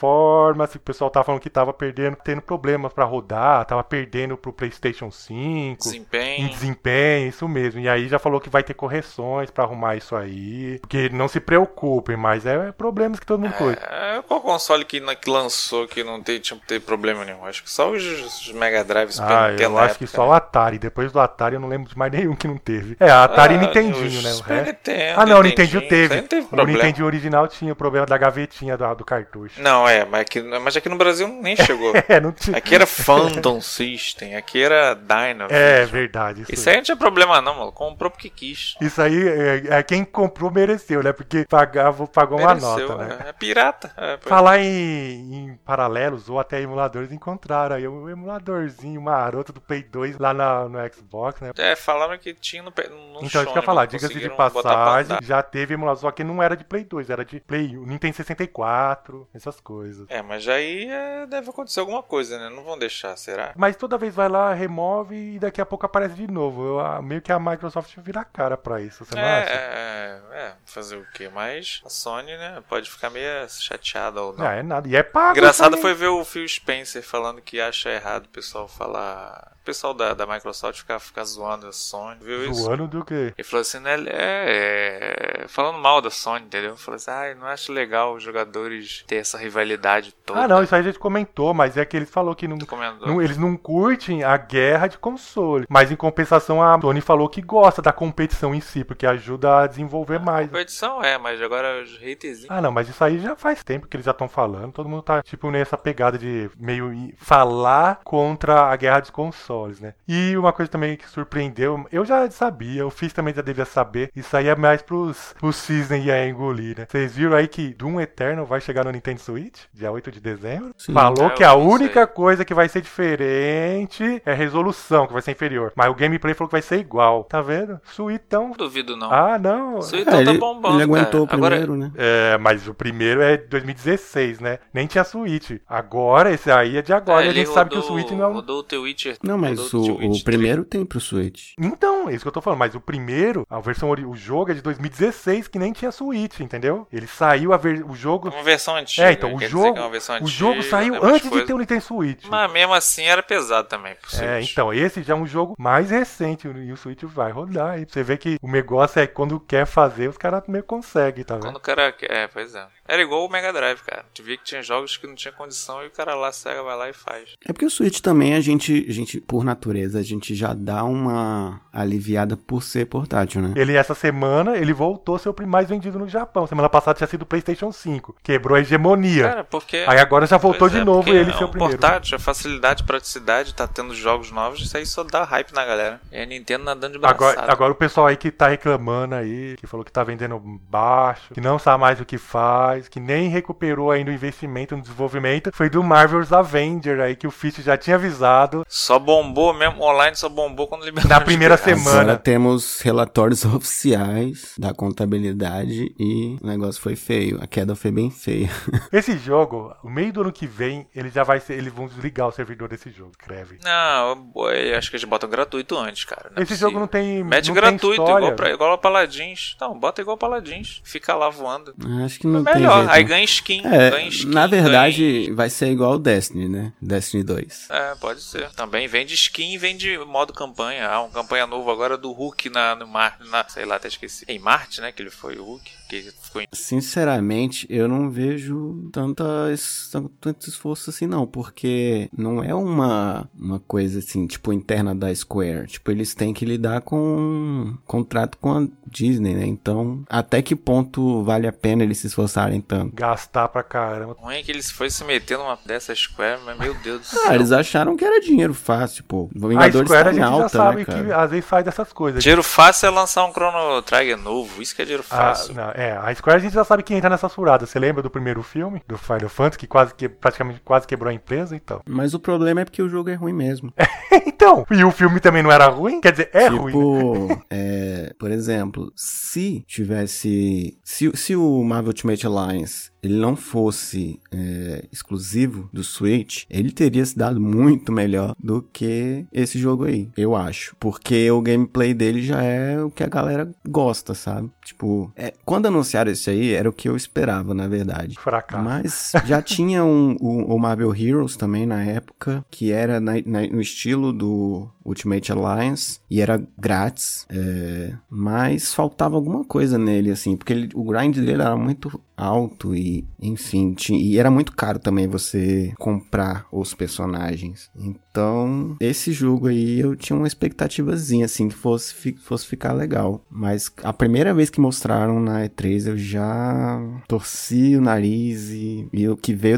[SPEAKER 2] performance. O pessoal tava falando que tava perdendo, tendo problemas pra rodar, tava perdendo pro PlayStation 5. Em
[SPEAKER 3] Desempenho.
[SPEAKER 2] desempenho, isso mesmo. E aí já falou que vai ter correções pra arrumar isso aí. Porque não se preocupem, mas é problemas que todo mundo coisa.
[SPEAKER 3] É, qual console que, na- que lançou que não tem, tinha que ter problema nenhum? Acho que só os, os Mega Drive Super
[SPEAKER 2] Ah,
[SPEAKER 3] Nintendo
[SPEAKER 2] eu
[SPEAKER 3] na
[SPEAKER 2] acho que
[SPEAKER 3] época. né?
[SPEAKER 2] só o Atari. Depois do Atari eu não lembro de mais nenhum que não teve. É, a Atari e Nintendinho,
[SPEAKER 3] Ah, os
[SPEAKER 2] né? O
[SPEAKER 3] Super
[SPEAKER 2] resto-
[SPEAKER 3] Nintendo,
[SPEAKER 2] Ah, não, o Nintendo
[SPEAKER 3] Nintendinho, isso aí
[SPEAKER 2] teve.
[SPEAKER 3] Não teve
[SPEAKER 2] O
[SPEAKER 3] problema.
[SPEAKER 2] Nintendo original tinha o problema da gavetinha do, do cartucho.
[SPEAKER 3] Não, é, mas aqui, mas aqui no Brasil
[SPEAKER 2] [laughs]
[SPEAKER 3] nem chegou.
[SPEAKER 2] É, não tinha.
[SPEAKER 3] aqui era Phantom System, aqui era Dynamo.
[SPEAKER 2] É, verdade. Isso,
[SPEAKER 3] Isso aí não tinha problema não, mano. Comprou porque quis.
[SPEAKER 2] Isso aí, é, é, quem comprou mereceu, né? Porque pagava, pagou uma
[SPEAKER 3] Mereceu,
[SPEAKER 2] nota, né?
[SPEAKER 3] é, é pirata. É, pois-
[SPEAKER 2] Falar em, em paralelos ou até emuladores, encontraram aí um emuladorzinho maroto do Play 2 lá na- no Xbox, né?
[SPEAKER 3] é, falaram que tinha no, pe- no
[SPEAKER 2] Então, isso que eu ia falar, diga-se de passagem, já teve emulador, só que não era de Play 2, era de Play 1, Nintendo 64, essas coisas.
[SPEAKER 3] É, mas aí é, deve acontecer alguma coisa, né? Não vão deixar, será?
[SPEAKER 2] Mas toda vez vai lá, remove e daqui a pouco aparece de novo. Eu, ah, meio que a Microsoft vira a cara pra isso, você
[SPEAKER 3] É,
[SPEAKER 2] não acha?
[SPEAKER 3] é, é, fazer o quê? Mas a Sony, né, pode ficar meio chateada ou não.
[SPEAKER 2] Ah, é nada. E é pago.
[SPEAKER 3] Engraçado
[SPEAKER 2] também.
[SPEAKER 3] foi ver o Phil Spencer falando que acha errado o pessoal falar. O pessoal da, da Microsoft ficar, ficar zoando a Sony, viu isso?
[SPEAKER 2] Zoando do quê?
[SPEAKER 3] Ele falou assim, né? É, é, falando mal da Sony, entendeu? Falou assim, ah, eu não acho legal os jogadores ter essa rivalidade toda.
[SPEAKER 2] Ah, não, isso aí a gente comentou, mas é que eles falou que não,
[SPEAKER 3] Recomendou.
[SPEAKER 2] não- eles não curtem a guerra de console. Mas em compensação, a Sony falou que gosta da competição em si, porque ajuda a desenvolver mais.
[SPEAKER 3] Competição é, mas agora os haterzinhos.
[SPEAKER 2] Ah, não, mas isso aí já faz tempo que eles já estão falando. Todo mundo tá, tipo, nessa pegada de meio i- falar contra a guerra dos consoles, né? E uma coisa também que surpreendeu, eu já sabia, eu fiz também já devia saber. Isso aí é mais pros, pros Cisne e a engolir, né? Vocês viram aí que Doom Eternal vai chegar no Nintendo Switch, dia 8 de dezembro?
[SPEAKER 4] Sim.
[SPEAKER 2] Falou
[SPEAKER 3] É, eu
[SPEAKER 2] que a
[SPEAKER 3] vi isso
[SPEAKER 2] única
[SPEAKER 3] aí.
[SPEAKER 2] coisa que vai ser diferente é a resolução, que vai ser inferior. Mas o gameplay falou que vai ser igual. Tá vendo? Suitão.
[SPEAKER 3] Não duvido não.
[SPEAKER 2] Ah, não.
[SPEAKER 3] Isso aí
[SPEAKER 4] É,
[SPEAKER 3] então tá
[SPEAKER 4] ele,
[SPEAKER 3] bombando.
[SPEAKER 4] ele aguentou
[SPEAKER 3] cara.
[SPEAKER 4] o
[SPEAKER 3] Agora,
[SPEAKER 4] primeiro, né?
[SPEAKER 2] É, mas o primeiro é de 2016, né? Nem tinha Switch. Agora, esse aí é de agora.
[SPEAKER 3] é,
[SPEAKER 2] e a
[SPEAKER 3] ele
[SPEAKER 2] gente sabe que o
[SPEAKER 3] rodou-
[SPEAKER 2] Switch não. um-
[SPEAKER 3] Rodou o The Witcher.
[SPEAKER 4] Não, mas
[SPEAKER 3] rodou
[SPEAKER 4] o,
[SPEAKER 3] The Witcher
[SPEAKER 4] o primeiro tem pro Switch.
[SPEAKER 2] Então, é isso que eu tô falando. Mas o primeiro, a versão ori- o jogo é de 2016 que nem tinha Switch, entendeu? Ele saiu a ver o jogo.
[SPEAKER 3] 3. Uma versão antiga.
[SPEAKER 2] É, então, o
[SPEAKER 3] quer dizer
[SPEAKER 2] jogo-
[SPEAKER 3] que é uma versão
[SPEAKER 2] O
[SPEAKER 3] antiga,
[SPEAKER 2] jogo saiu
[SPEAKER 3] tem umas
[SPEAKER 2] antes de
[SPEAKER 3] coisas.
[SPEAKER 2] ter o Nintendo Switch.
[SPEAKER 3] Mas mesmo assim era pesado também. pro
[SPEAKER 2] É,
[SPEAKER 3] Switch.
[SPEAKER 2] então, esse já é um jogo mais recente e o Switch vai rodar. E você vê que o negócio é quando quer fazer, os caras meio conseguem, tá
[SPEAKER 3] Quando
[SPEAKER 2] vendo?
[SPEAKER 3] o cara. É, pois é. Era igual o Mega Drive, cara. Tu via que tinha jogos que não tinha condição e o cara lá cega vai lá e faz.
[SPEAKER 4] É porque o Switch também a gente, a gente, por natureza, a gente já dá uma aliviada por ser portátil, né?
[SPEAKER 2] Ele, essa semana, ele voltou a ser o prim- mais vendido no Japão. Semana passada tinha sido o PlayStation 5. Quebrou a hegemonia.
[SPEAKER 3] Cara, porque.
[SPEAKER 2] É. Aí agora já voltou
[SPEAKER 3] Pois
[SPEAKER 2] de
[SPEAKER 3] é,
[SPEAKER 2] novo
[SPEAKER 3] porque
[SPEAKER 2] ele
[SPEAKER 3] é
[SPEAKER 2] seu
[SPEAKER 3] um
[SPEAKER 2] primeiro.
[SPEAKER 3] portátil, a facilidade, praticidade, tá tendo jogos novos, isso aí só dá hype na galera. E a Nintendo nadando de braçada.
[SPEAKER 2] Agora, agora o pessoal aí que tá reclamando aí, que falou que tá vendendo baixo, que não sabe mais o que faz, que nem recuperou ainda o investimento no desenvolvimento, foi do Marvel's Avenger aí, que o Fitch já tinha avisado
[SPEAKER 3] Só bombou mesmo, online só bombou quando liberaram.
[SPEAKER 2] na
[SPEAKER 3] [laughs] os
[SPEAKER 2] primeira
[SPEAKER 3] piratas.
[SPEAKER 2] semana.
[SPEAKER 4] Agora temos relatórios [laughs] oficiais da contabilidade e o negócio foi feio. A queda foi bem feia. [laughs]
[SPEAKER 2] Esse jogo, no meio do ano que vem, ele já vai ser. Eles vão desligar o servidor desse jogo, escreve.
[SPEAKER 3] Não, eu acho que eles botam gratuito antes, cara. é
[SPEAKER 2] Esse
[SPEAKER 3] possível.
[SPEAKER 2] jogo não tem.
[SPEAKER 3] Mete
[SPEAKER 2] não tem
[SPEAKER 3] gratuito,
[SPEAKER 2] história.
[SPEAKER 3] igual, pra, igual a Paladins. Não, bota igual a Paladins. Fica lá voando.
[SPEAKER 4] Acho que não tem
[SPEAKER 3] Melhor,
[SPEAKER 4] jeito. né?
[SPEAKER 3] aí ganha skin. ganha
[SPEAKER 4] É,
[SPEAKER 3] skin,
[SPEAKER 4] na
[SPEAKER 3] ganha-
[SPEAKER 4] verdade, vai ser igual o Destiny, né? Destiny 2.
[SPEAKER 3] É, pode ser. Também vende skin e vende modo campanha. Ah, um campanha novo agora do Hulk na, no Mar, na, sei lá, até esqueci. Em Marte, né, que ele foi o Hulk. Que ficou em...
[SPEAKER 4] Sinceramente, eu não vejo tanta, es- tanto esforço assim, não, porque não é uma, uma coisa assim, tipo, interna da Square. Tipo, eles têm que lidar com um contrato com a Disney, né? Então, até que ponto vale a pena eles se esforçarem tanto?
[SPEAKER 2] Gastar pra caramba.
[SPEAKER 3] Ruim é que eles foi se meter numa dessa Square, mas meu Deus do
[SPEAKER 4] Ah,
[SPEAKER 3] céu.
[SPEAKER 4] eles acharam que era dinheiro fácil, pô.
[SPEAKER 2] A
[SPEAKER 4] Vingadores
[SPEAKER 2] Square
[SPEAKER 4] tá
[SPEAKER 2] a
[SPEAKER 4] em
[SPEAKER 2] tipo, gente
[SPEAKER 4] alta,
[SPEAKER 2] já sabe
[SPEAKER 4] né, cara?
[SPEAKER 2] que às vezes sai dessas coisas.
[SPEAKER 3] Dinheiro fácil é lançar um Chrono Trigger novo. Isso que é dinheiro
[SPEAKER 2] Ah,
[SPEAKER 3] fácil.
[SPEAKER 2] não, é, a Square a gente já sabe que entra nessa furada. Você lembra do primeiro filme, do Final Fantasy, que quase que praticamente quase quebrou a empresa, então. [laughs]
[SPEAKER 4] Mas o problema é porque o jogo é ruim mesmo.
[SPEAKER 2] Então, e o filme também não era ruim? Quer dizer, é ruim. né?
[SPEAKER 4] Tipo, [laughs] é, por exemplo, se tivesse. Se, se o Marvel Ultimate Alliance ele não fosse é, exclusivo do Switch, ele teria se dado muito melhor do que esse jogo aí, eu acho. Porque o gameplay dele já é o que a galera gosta, sabe? Tipo, é, quando anunciaram isso aí, era o que eu esperava, na verdade.
[SPEAKER 2] Fracasso.
[SPEAKER 4] Mas já tinha um, o, o Marvel Heroes também na época, que era na- na- no estilo do Ultimate Alliance e era grátis, é, mas faltava alguma coisa nele, assim, porque ele- o grind dele era muito alto e, enfim, ti- e era muito caro também você comprar os personagens. Então, esse jogo aí eu tinha uma expectativazinha, assim, que fosse, fi- fosse ficar legal. Mas a primeira vez que mostraram na E3 eu já torci o nariz e, e o que veio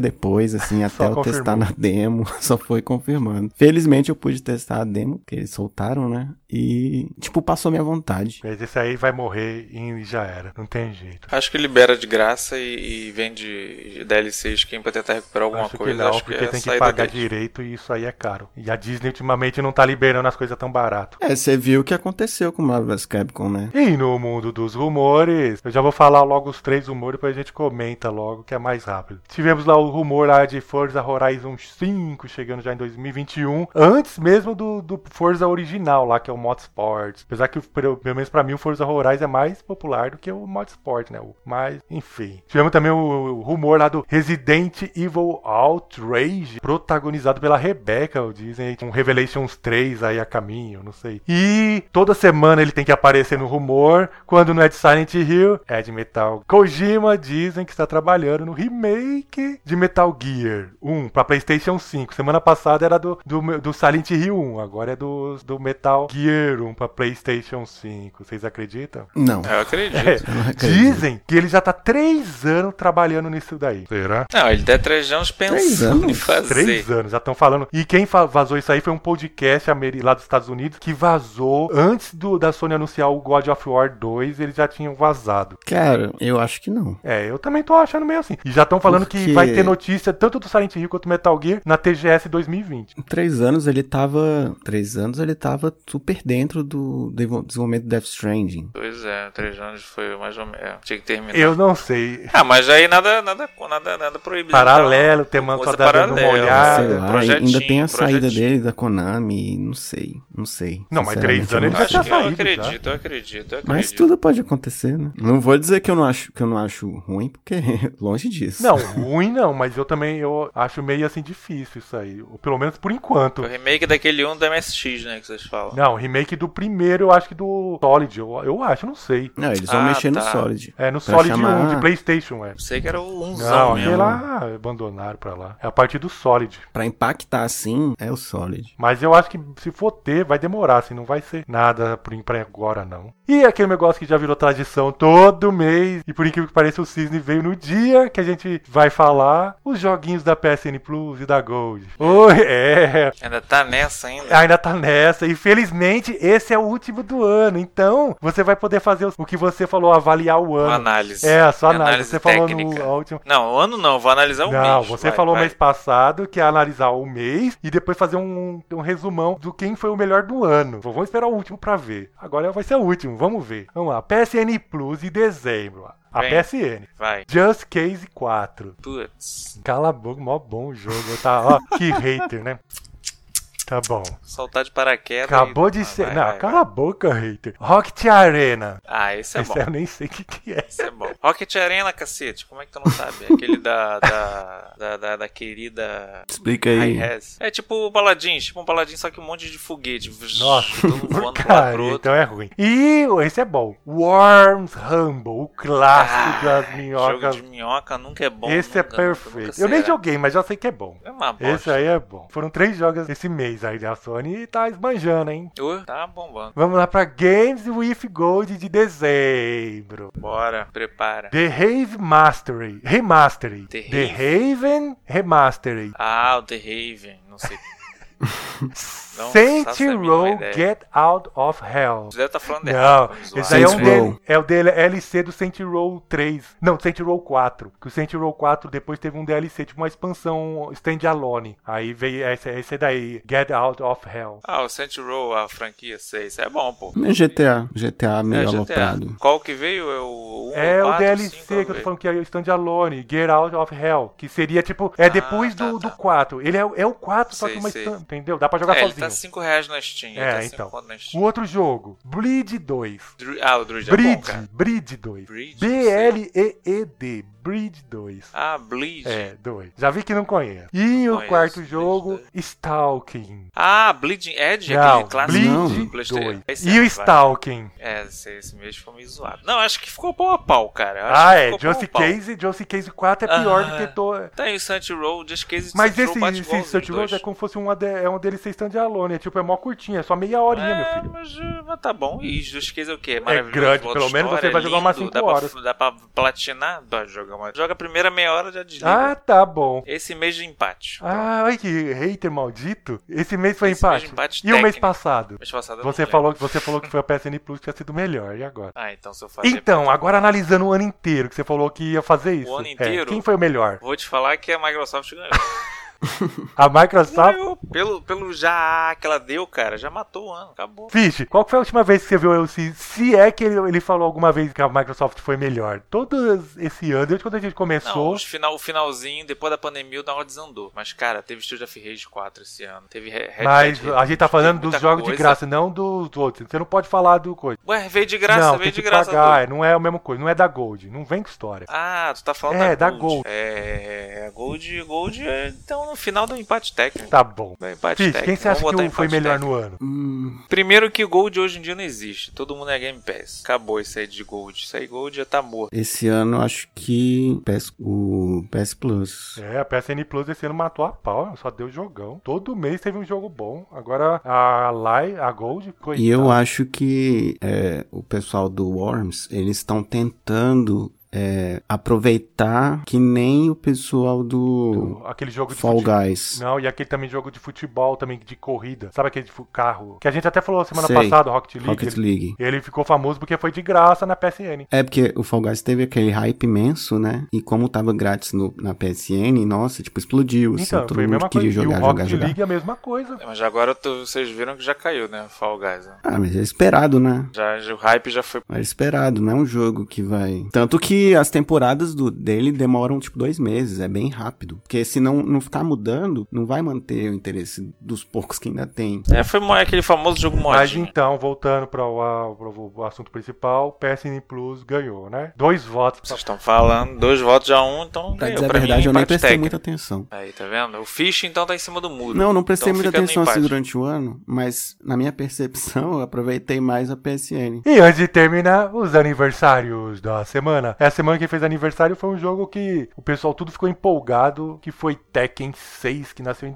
[SPEAKER 2] [laughs]
[SPEAKER 4] depois, assim, até eu
[SPEAKER 2] confirmou.
[SPEAKER 4] testar na demo, [laughs] só foi confirmando. Felizmente eu pude testar a demo, que eles soltaram, né? E, tipo, passou minha vontade.
[SPEAKER 2] Mas esse aí vai morrer e já era. Não tem jeito.
[SPEAKER 3] Acho que libera de graça e, e vende DLC skin pra tentar recuperar alguma
[SPEAKER 2] acho
[SPEAKER 3] coisa.
[SPEAKER 2] que não,
[SPEAKER 3] acho que
[SPEAKER 2] porque
[SPEAKER 3] é a
[SPEAKER 2] tem que
[SPEAKER 3] saída
[SPEAKER 2] pagar
[SPEAKER 3] deles.
[SPEAKER 2] direito e isso aí é caro. E a Disney ultimamente não tá liberando as coisas tão barato.
[SPEAKER 4] É, você viu o que aconteceu com Marvel vs Capcom, né?
[SPEAKER 2] E no mundo dos rumores, eu já vou falar logo os três rumores, depois a gente comenta logo, que é mais rápido. Tivemos lá o rumor lá de Forza Horizon 5 chegando já em 2021, antes mesmo do, do Forza original lá, que é o Motorsports. Apesar que, pelo pelo menos pra mim, o Forza Horizon é mais popular do que o Motorsport, né? O- Mas, enfim. Tivemos também o, o rumor lá do Resident Evil Outrage, protagonizado pela Rebecca, dizem, com Revelations 3 aí a caminho, não sei. E toda semana ele tem que aparecer no rumor, quando não é de Silent Hill, é de Metal. Kojima dizem que está trabalhando no remake de Metal Gear 1 para PlayStation 5. Semana passada era do, do, do Silent Hill 1, agora é do, do Metal Gear 1 para PlayStation 5. Vocês acreditam?
[SPEAKER 4] Não.
[SPEAKER 3] Eu acredito.
[SPEAKER 2] É,
[SPEAKER 4] não acredito.
[SPEAKER 2] dizem que ele já tá três anos trabalhando nisso daí. Será?
[SPEAKER 3] Não, ele tá três anos pensando em
[SPEAKER 4] anos?
[SPEAKER 3] fazer.
[SPEAKER 2] Três anos, já estão falando. E quem fa- vazou isso aí foi um podcast ameri- lá dos Estados Unidos que vazou antes do, da Sony anunciar o God of War 2, eles já tinham vazado.
[SPEAKER 4] Cara, eu acho que não.
[SPEAKER 2] É, eu também tô achando meio assim. E já estão falando que
[SPEAKER 4] Porque-
[SPEAKER 2] vai ter notícia tanto do Silent Hill quanto do Metal Gear na TGS 2020.
[SPEAKER 4] Em três anos ele tava. Três anos ele tava super dentro do devo- desenvolvimento do Death Stranding.
[SPEAKER 3] Pois é, três anos foi mais ou menos. é, Tinha que terminar.
[SPEAKER 2] Eu não sei.
[SPEAKER 3] Ah, mas aí nada, nada, nada, nada proibido. então.
[SPEAKER 2] Paralelo, tem uma só
[SPEAKER 3] coisa
[SPEAKER 2] dando uma
[SPEAKER 3] paralela,
[SPEAKER 4] sei
[SPEAKER 2] olhada.
[SPEAKER 4] lá,
[SPEAKER 3] projetinho,
[SPEAKER 4] ainda tem a saída
[SPEAKER 3] projetinho.
[SPEAKER 4] dele da Konami, não sei, não sei.
[SPEAKER 2] Não, mas três
[SPEAKER 4] Sinceramente,
[SPEAKER 2] anos
[SPEAKER 4] eu
[SPEAKER 2] ele
[SPEAKER 4] não
[SPEAKER 2] já
[SPEAKER 3] Acho
[SPEAKER 2] tá
[SPEAKER 3] que eu
[SPEAKER 2] saído,
[SPEAKER 3] acredito, eu acredito, eu acredito.
[SPEAKER 4] Mas tudo pode acontecer, né? Não vou dizer que eu não acho, que eu não acho ruim, porque [laughs] longe disso.
[SPEAKER 2] Não, ruim não, mas eu também eu acho meio assim difícil isso aí. Ou Pelo menos por enquanto.
[SPEAKER 3] O remake daquele um da MSX, né, que vocês falam.
[SPEAKER 2] Não, remake do primeiro, eu acho que do Solid, eu, eu acho, não sei.
[SPEAKER 4] Não, eles vão
[SPEAKER 3] Ah,
[SPEAKER 4] mexer
[SPEAKER 3] tá.
[SPEAKER 4] no Solid.
[SPEAKER 2] É, no
[SPEAKER 4] Pra
[SPEAKER 2] Solid
[SPEAKER 4] chamar-
[SPEAKER 2] 1 de Playstation, é.
[SPEAKER 3] Sei que era o
[SPEAKER 2] Não,
[SPEAKER 3] unzão
[SPEAKER 2] aquele
[SPEAKER 3] mesmo.
[SPEAKER 2] lá abandonaram pra lá. É a partir do Solid.
[SPEAKER 4] Pra impactar assim, é o Solid.
[SPEAKER 2] Mas eu acho que se for ter, vai demorar, assim, não vai ser nada por pra agora, não. E aquele negócio que já virou tradição todo mês, e por incrível que pareça, o Cisne veio no dia que a gente vai falar os joguinhos da PSN Plus e da Gold. Oi, [laughs] é,
[SPEAKER 3] Ainda tá nessa ainda.
[SPEAKER 2] Ainda tá nessa. E felizmente esse é o último do ano. Então, você vai poder fazer os- o que você falou, avaliar o
[SPEAKER 3] Uma
[SPEAKER 2] ano.
[SPEAKER 3] análise.
[SPEAKER 2] É, a sua
[SPEAKER 3] Minha
[SPEAKER 2] análise. Você falou no a última.
[SPEAKER 3] Não, o ano não, vou analisar o
[SPEAKER 2] Não,
[SPEAKER 3] mês.
[SPEAKER 2] você
[SPEAKER 3] Então, vai,
[SPEAKER 2] falou
[SPEAKER 3] vai.
[SPEAKER 2] mês passado que ia analisar o mês e depois fazer um, um resumão do quem foi o melhor do ano. V- Vamos esperar o último pra ver. Agora vai ser o último, vamos ver. Vamos lá. PSN Plus e dezembro. A
[SPEAKER 3] Vem.
[SPEAKER 2] PSN.
[SPEAKER 3] Vai.
[SPEAKER 2] Just Case 4.
[SPEAKER 3] Putz,
[SPEAKER 2] Cala a boca, mó bom o jogo, tá?
[SPEAKER 3] [laughs]
[SPEAKER 2] Ó, que hater, né? Tá bom.
[SPEAKER 3] saltar de paraquedas.
[SPEAKER 2] Acabou
[SPEAKER 3] e-
[SPEAKER 2] de
[SPEAKER 3] Ah,
[SPEAKER 2] ser.
[SPEAKER 3] vai,
[SPEAKER 2] não,
[SPEAKER 3] vai,
[SPEAKER 2] cala a boca, hater. Rocket Arena.
[SPEAKER 3] vai. Ah, esse é
[SPEAKER 2] Esse
[SPEAKER 3] bom.
[SPEAKER 2] eu nem sei o que, que é.
[SPEAKER 3] Isso é bom. Rocket Arena, cacete, como é que tu não sabe? É Aquele da. da. da, da, da querida.
[SPEAKER 4] Explica aí.
[SPEAKER 3] Hi-Res. É tipo o Paladin, tipo um Paladin, só que um monte de foguete. Vzz,
[SPEAKER 2] Nossa, [laughs]
[SPEAKER 3] todo mundo voando pra lá
[SPEAKER 2] Cara,
[SPEAKER 3] pro outro.
[SPEAKER 2] então é ruim. E esse é bom. Worms Rumble, o clássico das minhocas.
[SPEAKER 3] Ah, Jogo de minhoca nunca é bom.
[SPEAKER 2] é esse
[SPEAKER 3] nunca,
[SPEAKER 2] é
[SPEAKER 3] nunca,
[SPEAKER 2] perfeito.
[SPEAKER 3] nunca
[SPEAKER 2] eu nem
[SPEAKER 3] será.
[SPEAKER 2] joguei, mas já sei que é bom.
[SPEAKER 3] É uma bosta.
[SPEAKER 2] Esse aí é bom. Foram três jogos esse mês aí da Sony e tá esbanjando, hein?
[SPEAKER 3] Uh, tá bombando.
[SPEAKER 2] Vamos lá pra Games with Gold de dezembro.
[SPEAKER 3] Bora, prepara.
[SPEAKER 2] The Rave Mastery. Remastery.
[SPEAKER 3] The
[SPEAKER 2] The Raven Remastery. [laughs]
[SPEAKER 3] Ah, o The Raven, não sei. Não
[SPEAKER 2] Saint
[SPEAKER 3] faço a mínima
[SPEAKER 2] Row
[SPEAKER 3] ideia.
[SPEAKER 2] Get Out of Hell.
[SPEAKER 3] Você deve estar falando errado.
[SPEAKER 2] Não,
[SPEAKER 3] pra me zoar.
[SPEAKER 2] esse aí é um
[SPEAKER 4] Saints Row.
[SPEAKER 2] dele, é o dele, é LC do Saint Row 3. Não, Saint Row 4. Que o Saint Row 4 depois teve um DLC, tipo uma expansão standalone. Aí veio esse, esse daí, Get Out of Hell.
[SPEAKER 3] Ah, o Saints Row, a franquia 6. É bom, pô.
[SPEAKER 4] Meu GTA. GTA meio
[SPEAKER 3] É, GTA.
[SPEAKER 4] aloprado.
[SPEAKER 3] Qual que veio? É o 1,
[SPEAKER 2] É o
[SPEAKER 3] 4,
[SPEAKER 2] DLC
[SPEAKER 3] 5,
[SPEAKER 2] que eu tô falando que é o standalone, Get Out of Hell, que seria tipo, é
[SPEAKER 3] Ah,
[SPEAKER 2] depois
[SPEAKER 3] tá,
[SPEAKER 2] do,
[SPEAKER 3] tá.
[SPEAKER 2] do 4. Ele é, é o 4, só
[SPEAKER 3] Sei,
[SPEAKER 2] que uma
[SPEAKER 3] sei.
[SPEAKER 2] stand, entendeu? Dá pra jogar
[SPEAKER 3] É, ele
[SPEAKER 2] sozinho.
[SPEAKER 3] tá 5 reais na Steam. ele
[SPEAKER 2] É,
[SPEAKER 3] tá 5
[SPEAKER 2] então.
[SPEAKER 3] conto na
[SPEAKER 2] O
[SPEAKER 3] Steam.
[SPEAKER 2] outro jogo, Bleed 2.
[SPEAKER 3] Dru- Ah, o Druid é bom,
[SPEAKER 2] Breed,
[SPEAKER 3] cara.
[SPEAKER 2] Breed 2.
[SPEAKER 3] Breed,
[SPEAKER 2] B-L-E-E-D, Breed 2.
[SPEAKER 3] Ah, Bleed.
[SPEAKER 2] É, 2. Já vi que não conhece. E
[SPEAKER 3] Não
[SPEAKER 2] o
[SPEAKER 3] conheço, tá.
[SPEAKER 2] quarto
[SPEAKER 3] Bleed
[SPEAKER 2] jogo,
[SPEAKER 3] dois.
[SPEAKER 2] Stalking.
[SPEAKER 3] Ah, Bleeding Edge,
[SPEAKER 2] Não,
[SPEAKER 3] aquele clássico
[SPEAKER 4] Não.
[SPEAKER 2] Bleed
[SPEAKER 3] do PlayStation.
[SPEAKER 2] 2.
[SPEAKER 3] Esse
[SPEAKER 2] E
[SPEAKER 3] é,
[SPEAKER 2] o
[SPEAKER 3] vai.
[SPEAKER 2] Stalking.
[SPEAKER 3] É, esse, esse mês foi meio zoado. Não, acho que ficou pau a pau, cara. Eu acho
[SPEAKER 2] Ah,
[SPEAKER 3] que
[SPEAKER 2] é,
[SPEAKER 3] ficou
[SPEAKER 2] Josie
[SPEAKER 3] pau a pau.
[SPEAKER 2] Case, Josie Case 4 é pior
[SPEAKER 3] Ah,
[SPEAKER 2] do que... To...
[SPEAKER 3] Tem o Saint Row, Just Case e
[SPEAKER 2] Mas
[SPEAKER 3] Saints Row
[SPEAKER 2] esse,
[SPEAKER 3] bate
[SPEAKER 2] esse
[SPEAKER 3] igualzinho,
[SPEAKER 2] Search
[SPEAKER 3] dois.
[SPEAKER 2] Rose é como se fosse um, AD, é um DLC standalone. É tipo, é mó curtinho, é só meia horinha, meu
[SPEAKER 3] É,
[SPEAKER 2] filho.
[SPEAKER 3] mas, uh, mas tá bom. E Just Case é o quê? Maravilhoso,
[SPEAKER 2] grande,
[SPEAKER 3] volta
[SPEAKER 2] pelo menos
[SPEAKER 3] história,
[SPEAKER 2] você vai
[SPEAKER 3] é
[SPEAKER 2] jogar umas
[SPEAKER 3] lindo,
[SPEAKER 2] cinco horas.
[SPEAKER 3] Dá pra, dá pra platinar? Dá, joga, uma- joga a primeira meia hora já desliga.
[SPEAKER 2] Ah, tá bom.
[SPEAKER 3] Esse mês de empate.
[SPEAKER 2] Ah, olha que hater maldito. Esse mês foi
[SPEAKER 3] Tá. Esse mês
[SPEAKER 2] empate.
[SPEAKER 3] de empate
[SPEAKER 2] e o mês
[SPEAKER 3] técnico.
[SPEAKER 2] passado?
[SPEAKER 3] Mês passado eu
[SPEAKER 2] Você
[SPEAKER 3] não lembro.
[SPEAKER 2] falou, você falou que foi a PSN Plus que tinha sido melhor, e agora?
[SPEAKER 3] Ah, então se eu fazer.
[SPEAKER 2] Então, agora analisando o ano inteiro, que você falou que ia fazer isso.
[SPEAKER 3] ano
[SPEAKER 2] É,
[SPEAKER 3] inteiro?
[SPEAKER 2] quem foi o melhor?
[SPEAKER 3] Vou te falar que a Microsoft ganhou.
[SPEAKER 2] [laughs] A Microsoft?
[SPEAKER 3] ganhou. Pelo, pelo já que ela deu, cara, já matou o ano. Acabou.
[SPEAKER 2] Fish, qual que foi a última vez que você viu eu se, se é que ele, ele falou alguma vez que a Microsoft foi melhor? Todo esse ano, desde quando a gente
[SPEAKER 3] Não,
[SPEAKER 2] começou.
[SPEAKER 3] os final, o finalzinho, depois da pandemia, o negócio desandou. Mas, cara, teve Studio of Rage 4 esse ano. Teve Re- é Red
[SPEAKER 2] Mas
[SPEAKER 3] Dead
[SPEAKER 2] a gente tá
[SPEAKER 3] Redemption,
[SPEAKER 2] falando
[SPEAKER 3] teve
[SPEAKER 2] dos
[SPEAKER 3] muita
[SPEAKER 2] jogos de
[SPEAKER 3] coisa.
[SPEAKER 2] graça, não dos outros. Você não pode falar do coisa.
[SPEAKER 3] Ué, veio de graça,
[SPEAKER 2] não, tem
[SPEAKER 3] veio de
[SPEAKER 2] que
[SPEAKER 3] graça.
[SPEAKER 2] pagar,
[SPEAKER 3] Dudu.
[SPEAKER 2] é, não é a mesma coisa, não é da Gold, não vem com história.
[SPEAKER 3] Ah, tu tá falando
[SPEAKER 2] É, da
[SPEAKER 3] da Gold.
[SPEAKER 2] Gold.
[SPEAKER 3] É, Gold, Gold, é, então no final do empate técnico.
[SPEAKER 2] Tá bom.
[SPEAKER 3] Do empate
[SPEAKER 2] Fish,
[SPEAKER 3] técnico.
[SPEAKER 2] quem você acha
[SPEAKER 3] Vamos botar
[SPEAKER 2] que foi
[SPEAKER 3] empate
[SPEAKER 2] melhor
[SPEAKER 3] técnico.
[SPEAKER 2] no ano?
[SPEAKER 4] Hum,
[SPEAKER 3] Primeiro que Gold hoje em dia não existe. Todo mundo é Game Pass. Acabou isso aí de Gold. Isso aí Gold já tá morto.
[SPEAKER 4] esse ano eu acho que PS, o PS Plus.
[SPEAKER 2] É, a PSN Plus esse ano matou a pau, né? só deu jogão. Todo mês teve um jogo bom. Agora a Lai, a Gold, coitada.
[SPEAKER 4] E eu acho que é, o pessoal do Worms, eles estão tentando é, aproveitar que nem o pessoal do
[SPEAKER 2] Aquele jogo de
[SPEAKER 4] Fall
[SPEAKER 2] futebol.
[SPEAKER 4] Guys.
[SPEAKER 2] Não, e aquele também jogo de futebol, também de corrida. Sabe aquele de fu- carro? Que a gente até falou semana
[SPEAKER 4] Sei.
[SPEAKER 2] passada, Rocket League.
[SPEAKER 4] Rocket
[SPEAKER 2] ele,
[SPEAKER 4] League.
[SPEAKER 2] ele ficou famoso porque foi de graça na PSN.
[SPEAKER 4] É porque o Fall Guys teve aquele hype imenso, né? E como tava grátis no- na PSN, nossa, tipo, explodiu. assim,
[SPEAKER 2] Então,
[SPEAKER 4] todo
[SPEAKER 2] foi a
[SPEAKER 4] mundo
[SPEAKER 2] mesma coisa.
[SPEAKER 4] queria
[SPEAKER 2] e o
[SPEAKER 4] jogar, jogar,
[SPEAKER 2] Rocket
[SPEAKER 4] jogar.
[SPEAKER 2] League é a mesma coisa.
[SPEAKER 3] Mas agora tu- vocês viram que já caiu, né? Fall Guys. né?
[SPEAKER 4] Ah, mas é esperado, né?
[SPEAKER 3] Já, já- o hype já foi.
[SPEAKER 4] É esperado, não é um jogo que vai. Tanto que as temporadas do, dele demoram tipo dois meses, é bem rápido. Porque se não, não ficar mudando, não vai manter o interesse dos poucos que ainda tem.
[SPEAKER 3] É, foi mo- aquele famoso jogo né?
[SPEAKER 2] Mas
[SPEAKER 3] modinho.
[SPEAKER 2] então, voltando para o, a- pro- o assunto principal, PSN Plus ganhou, né? Dois votos pra
[SPEAKER 3] Vocês estão falando, dois votos a um, então
[SPEAKER 4] Pra
[SPEAKER 3] ganhou.
[SPEAKER 4] dizer a
[SPEAKER 3] Pra mim,
[SPEAKER 4] verdade, eu nem
[SPEAKER 3] empate
[SPEAKER 4] prestei
[SPEAKER 3] técnico.
[SPEAKER 4] muita atenção.
[SPEAKER 3] Aí, tá vendo? O Fish então tá em cima do muro.
[SPEAKER 4] Não, não prestei
[SPEAKER 3] Então
[SPEAKER 4] muita
[SPEAKER 3] fica no
[SPEAKER 4] atenção assim
[SPEAKER 3] empate.
[SPEAKER 4] durante o ano, mas na minha [laughs] percepção, eu aproveitei mais a PSN.
[SPEAKER 2] E antes de terminar, os aniversários da semana. Essa semana que fez aniversário foi um jogo que o pessoal tudo ficou empolgado, que foi Tekken 6, que nasceu em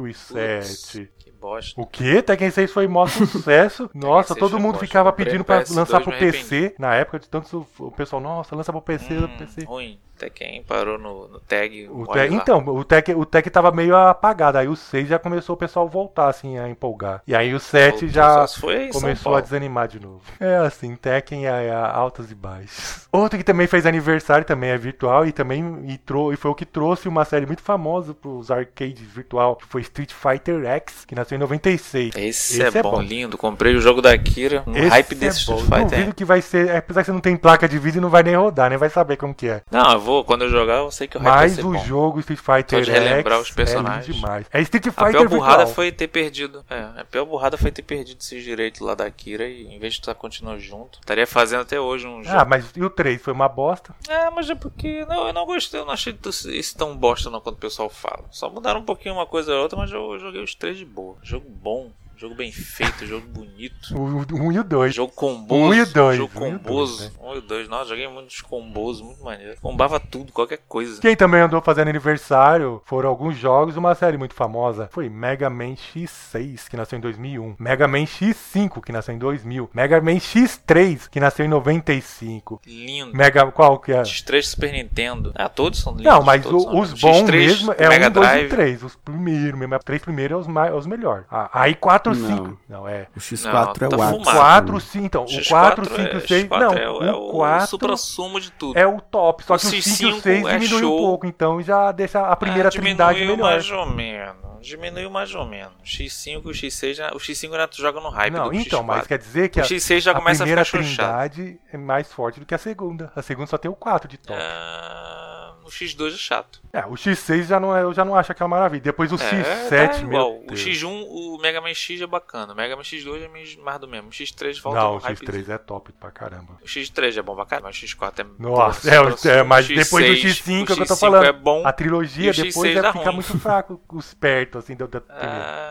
[SPEAKER 2] 2007.
[SPEAKER 3] Putz, que bosta.
[SPEAKER 2] O que? Tekken 6 foi
[SPEAKER 3] [laughs]
[SPEAKER 2] mó sucesso. Nossa,
[SPEAKER 3] 6
[SPEAKER 2] todo
[SPEAKER 3] eu
[SPEAKER 2] mundo
[SPEAKER 3] gosto.
[SPEAKER 2] ficava
[SPEAKER 3] Comprei
[SPEAKER 2] pedindo
[SPEAKER 3] o
[SPEAKER 2] pra
[SPEAKER 3] PS2,
[SPEAKER 2] lançar pro
[SPEAKER 3] me
[SPEAKER 2] PC. Na época de tanto o pessoal, nossa, lança pro PC,
[SPEAKER 3] Hum,
[SPEAKER 2] PC.
[SPEAKER 3] ruim. Até quem parou no, no tag.
[SPEAKER 2] O
[SPEAKER 3] olha
[SPEAKER 2] Tek-
[SPEAKER 3] lá.
[SPEAKER 2] então, o Tech, o Tech tava meio apagado. Aí o 6 já começou o pessoal voltar, assim, a empolgar. E aí o 7
[SPEAKER 3] Voltou,
[SPEAKER 2] já
[SPEAKER 3] só se foi em São
[SPEAKER 2] começou
[SPEAKER 3] Paulo.
[SPEAKER 2] a desanimar de novo. É assim, Tekken é, é altas e baixas. Outro que também fez aniversário, também é virtual, e também e trou- e foi o que trouxe uma série muito famosa pros arcades virtual, que foi Street Fighter X, que nasceu em 96.
[SPEAKER 3] Esse,
[SPEAKER 2] Esse
[SPEAKER 3] é,
[SPEAKER 2] é
[SPEAKER 3] bom,
[SPEAKER 2] bom.
[SPEAKER 3] lindo. Comprei o jogo da Kira. Um hype desse
[SPEAKER 2] é
[SPEAKER 3] Street
[SPEAKER 2] bom.
[SPEAKER 3] Fighter.
[SPEAKER 2] Duvido que vai ser, é, apesar que você não tem placa de vídeo, não vai nem rodar, nem vai saber como que é.
[SPEAKER 3] Não, eu vou. Quando eu jogar, eu sei que Então, o hype vai
[SPEAKER 2] Mas
[SPEAKER 3] ser
[SPEAKER 2] o
[SPEAKER 3] bom.
[SPEAKER 2] jogo Street Fighter
[SPEAKER 3] Só de relembrar
[SPEAKER 2] X
[SPEAKER 3] os personagens.
[SPEAKER 2] é lindo demais. É Street
[SPEAKER 3] A pior
[SPEAKER 2] Fighter
[SPEAKER 3] burrada
[SPEAKER 2] virtual.
[SPEAKER 3] foi ter perdido. É, a pior burrada foi ter perdido esses direitos lá da Kira e em vez de estar continuando junto, estaria fazendo até hoje um jogo.
[SPEAKER 2] Ah, mas e o 3 foi uma bosta.
[SPEAKER 3] É, mas é porque. Não, eu não gostei, eu não achei tu- isso tão bosta não quanto o pessoal fala. Só mudaram um pouquinho uma coisa ou outra, mas eu joguei os três de boa. Jogo bom. Jogo bem feito, jogo bonito.
[SPEAKER 2] O 1 e o 2.
[SPEAKER 3] Jogo comboso.
[SPEAKER 2] Um e dois,
[SPEAKER 3] Jogo
[SPEAKER 2] um e dois,
[SPEAKER 3] comboso.
[SPEAKER 2] né?
[SPEAKER 3] Um e dois. Nossa, joguei muitos combos, muito maneiro. Combava tudo, qualquer coisa.
[SPEAKER 2] Quem também andou fazendo aniversário foram alguns jogos, uma série muito famosa foi Mega Man X6, que nasceu em 2001, Mega Man X5, que nasceu em 2000, Mega Man X3, que nasceu em 95.
[SPEAKER 3] Lindo.
[SPEAKER 2] Mega qual que é?
[SPEAKER 3] Os três Super Nintendo. Ah, todos são lindos.
[SPEAKER 2] Não, mas
[SPEAKER 3] todos
[SPEAKER 2] o-
[SPEAKER 3] são
[SPEAKER 2] os
[SPEAKER 3] lindos.
[SPEAKER 2] bons
[SPEAKER 3] X3,
[SPEAKER 2] mesmo é
[SPEAKER 3] Mega
[SPEAKER 2] 1, 2 e
[SPEAKER 3] Drive.
[SPEAKER 2] 3. Os primeiros mesmo. Os três primeiros é os, mais, os melhores. Ah, aí 4,
[SPEAKER 4] Não.
[SPEAKER 2] 5. Não, é.
[SPEAKER 4] O X4
[SPEAKER 3] Não,
[SPEAKER 4] é
[SPEAKER 3] tá
[SPEAKER 4] o ápice.
[SPEAKER 3] fumado.
[SPEAKER 2] 4, 5. Então, o
[SPEAKER 3] X4
[SPEAKER 2] 4,
[SPEAKER 3] é-
[SPEAKER 2] 5 e
[SPEAKER 3] X4
[SPEAKER 2] 6. Não,
[SPEAKER 3] é, o- é
[SPEAKER 2] o
[SPEAKER 3] o
[SPEAKER 2] 4
[SPEAKER 3] supra-sumo de tudo.
[SPEAKER 2] é o top. Só
[SPEAKER 3] O
[SPEAKER 2] que o 5 e o
[SPEAKER 3] C5
[SPEAKER 2] 6
[SPEAKER 3] é
[SPEAKER 2] diminui um
[SPEAKER 3] show.
[SPEAKER 2] pouco. Então já deixa a primeira
[SPEAKER 3] Ah,
[SPEAKER 2] trindade
[SPEAKER 3] diminuiu
[SPEAKER 2] melhor.
[SPEAKER 3] mais ou menos. Diminuiu mais ou menos. O X5 e o X6 já. O X5 já tu joga no hype
[SPEAKER 2] Não,
[SPEAKER 3] do
[SPEAKER 2] então,
[SPEAKER 3] X4.
[SPEAKER 2] mas quer dizer que
[SPEAKER 3] o
[SPEAKER 2] a,
[SPEAKER 3] X6 já
[SPEAKER 2] a
[SPEAKER 3] começa a
[SPEAKER 2] primeira
[SPEAKER 3] ficar chuchado.
[SPEAKER 2] trindade é mais forte do que a segunda. A segunda só tem o 4 de top.
[SPEAKER 3] É. Ah, o X2 é chato.
[SPEAKER 2] É, o X6 já não é, eu já não acho aquela maravilha. Depois o
[SPEAKER 3] é,
[SPEAKER 2] X7,
[SPEAKER 3] tá
[SPEAKER 2] meu
[SPEAKER 3] igual. O
[SPEAKER 2] Deus.
[SPEAKER 3] X1, o Mega Man X é bacana. O Mega Man X2 é mais- mais do mesmo. O X3 volta
[SPEAKER 2] Não,
[SPEAKER 3] no
[SPEAKER 2] o
[SPEAKER 3] hype.
[SPEAKER 2] X3 é top pra caramba.
[SPEAKER 3] O X3 é bom pra caramba, mas o X4 é
[SPEAKER 2] Nossa,
[SPEAKER 3] porra,
[SPEAKER 2] é,
[SPEAKER 3] supra-
[SPEAKER 2] é, mas
[SPEAKER 3] o
[SPEAKER 2] depois do
[SPEAKER 3] X6,
[SPEAKER 2] X5
[SPEAKER 3] um o
[SPEAKER 2] é o que eu tô
[SPEAKER 3] X5
[SPEAKER 2] falando.
[SPEAKER 3] é bom.
[SPEAKER 2] A trilogia
[SPEAKER 3] E o X6
[SPEAKER 2] depois vai
[SPEAKER 3] dá
[SPEAKER 2] ficar
[SPEAKER 3] ruim.
[SPEAKER 2] muito fraco, [laughs] os perto, assim, da, da primeira.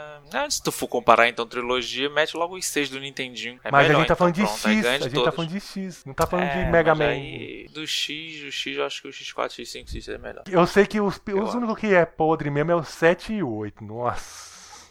[SPEAKER 3] Ah, não, se tu for comparar então trilogia, mete logo os 6 do Nintendinho. É
[SPEAKER 2] mas
[SPEAKER 3] melhor,
[SPEAKER 2] a gente tá
[SPEAKER 3] então,
[SPEAKER 2] falando de
[SPEAKER 3] pronto, aí
[SPEAKER 2] X,
[SPEAKER 3] ganha
[SPEAKER 2] a
[SPEAKER 3] de
[SPEAKER 2] gente tá
[SPEAKER 3] todos.
[SPEAKER 2] falando de X, não tá falando
[SPEAKER 3] É,
[SPEAKER 2] de Mega
[SPEAKER 3] mas
[SPEAKER 2] Man.
[SPEAKER 3] aí, do X, o X, eu acho que o X4, X5, X6 é melhor.
[SPEAKER 2] Eu sei que os,
[SPEAKER 3] Eu
[SPEAKER 2] os
[SPEAKER 3] acho.
[SPEAKER 2] únicos que é podre mesmo é o 7 e o 8, nossa,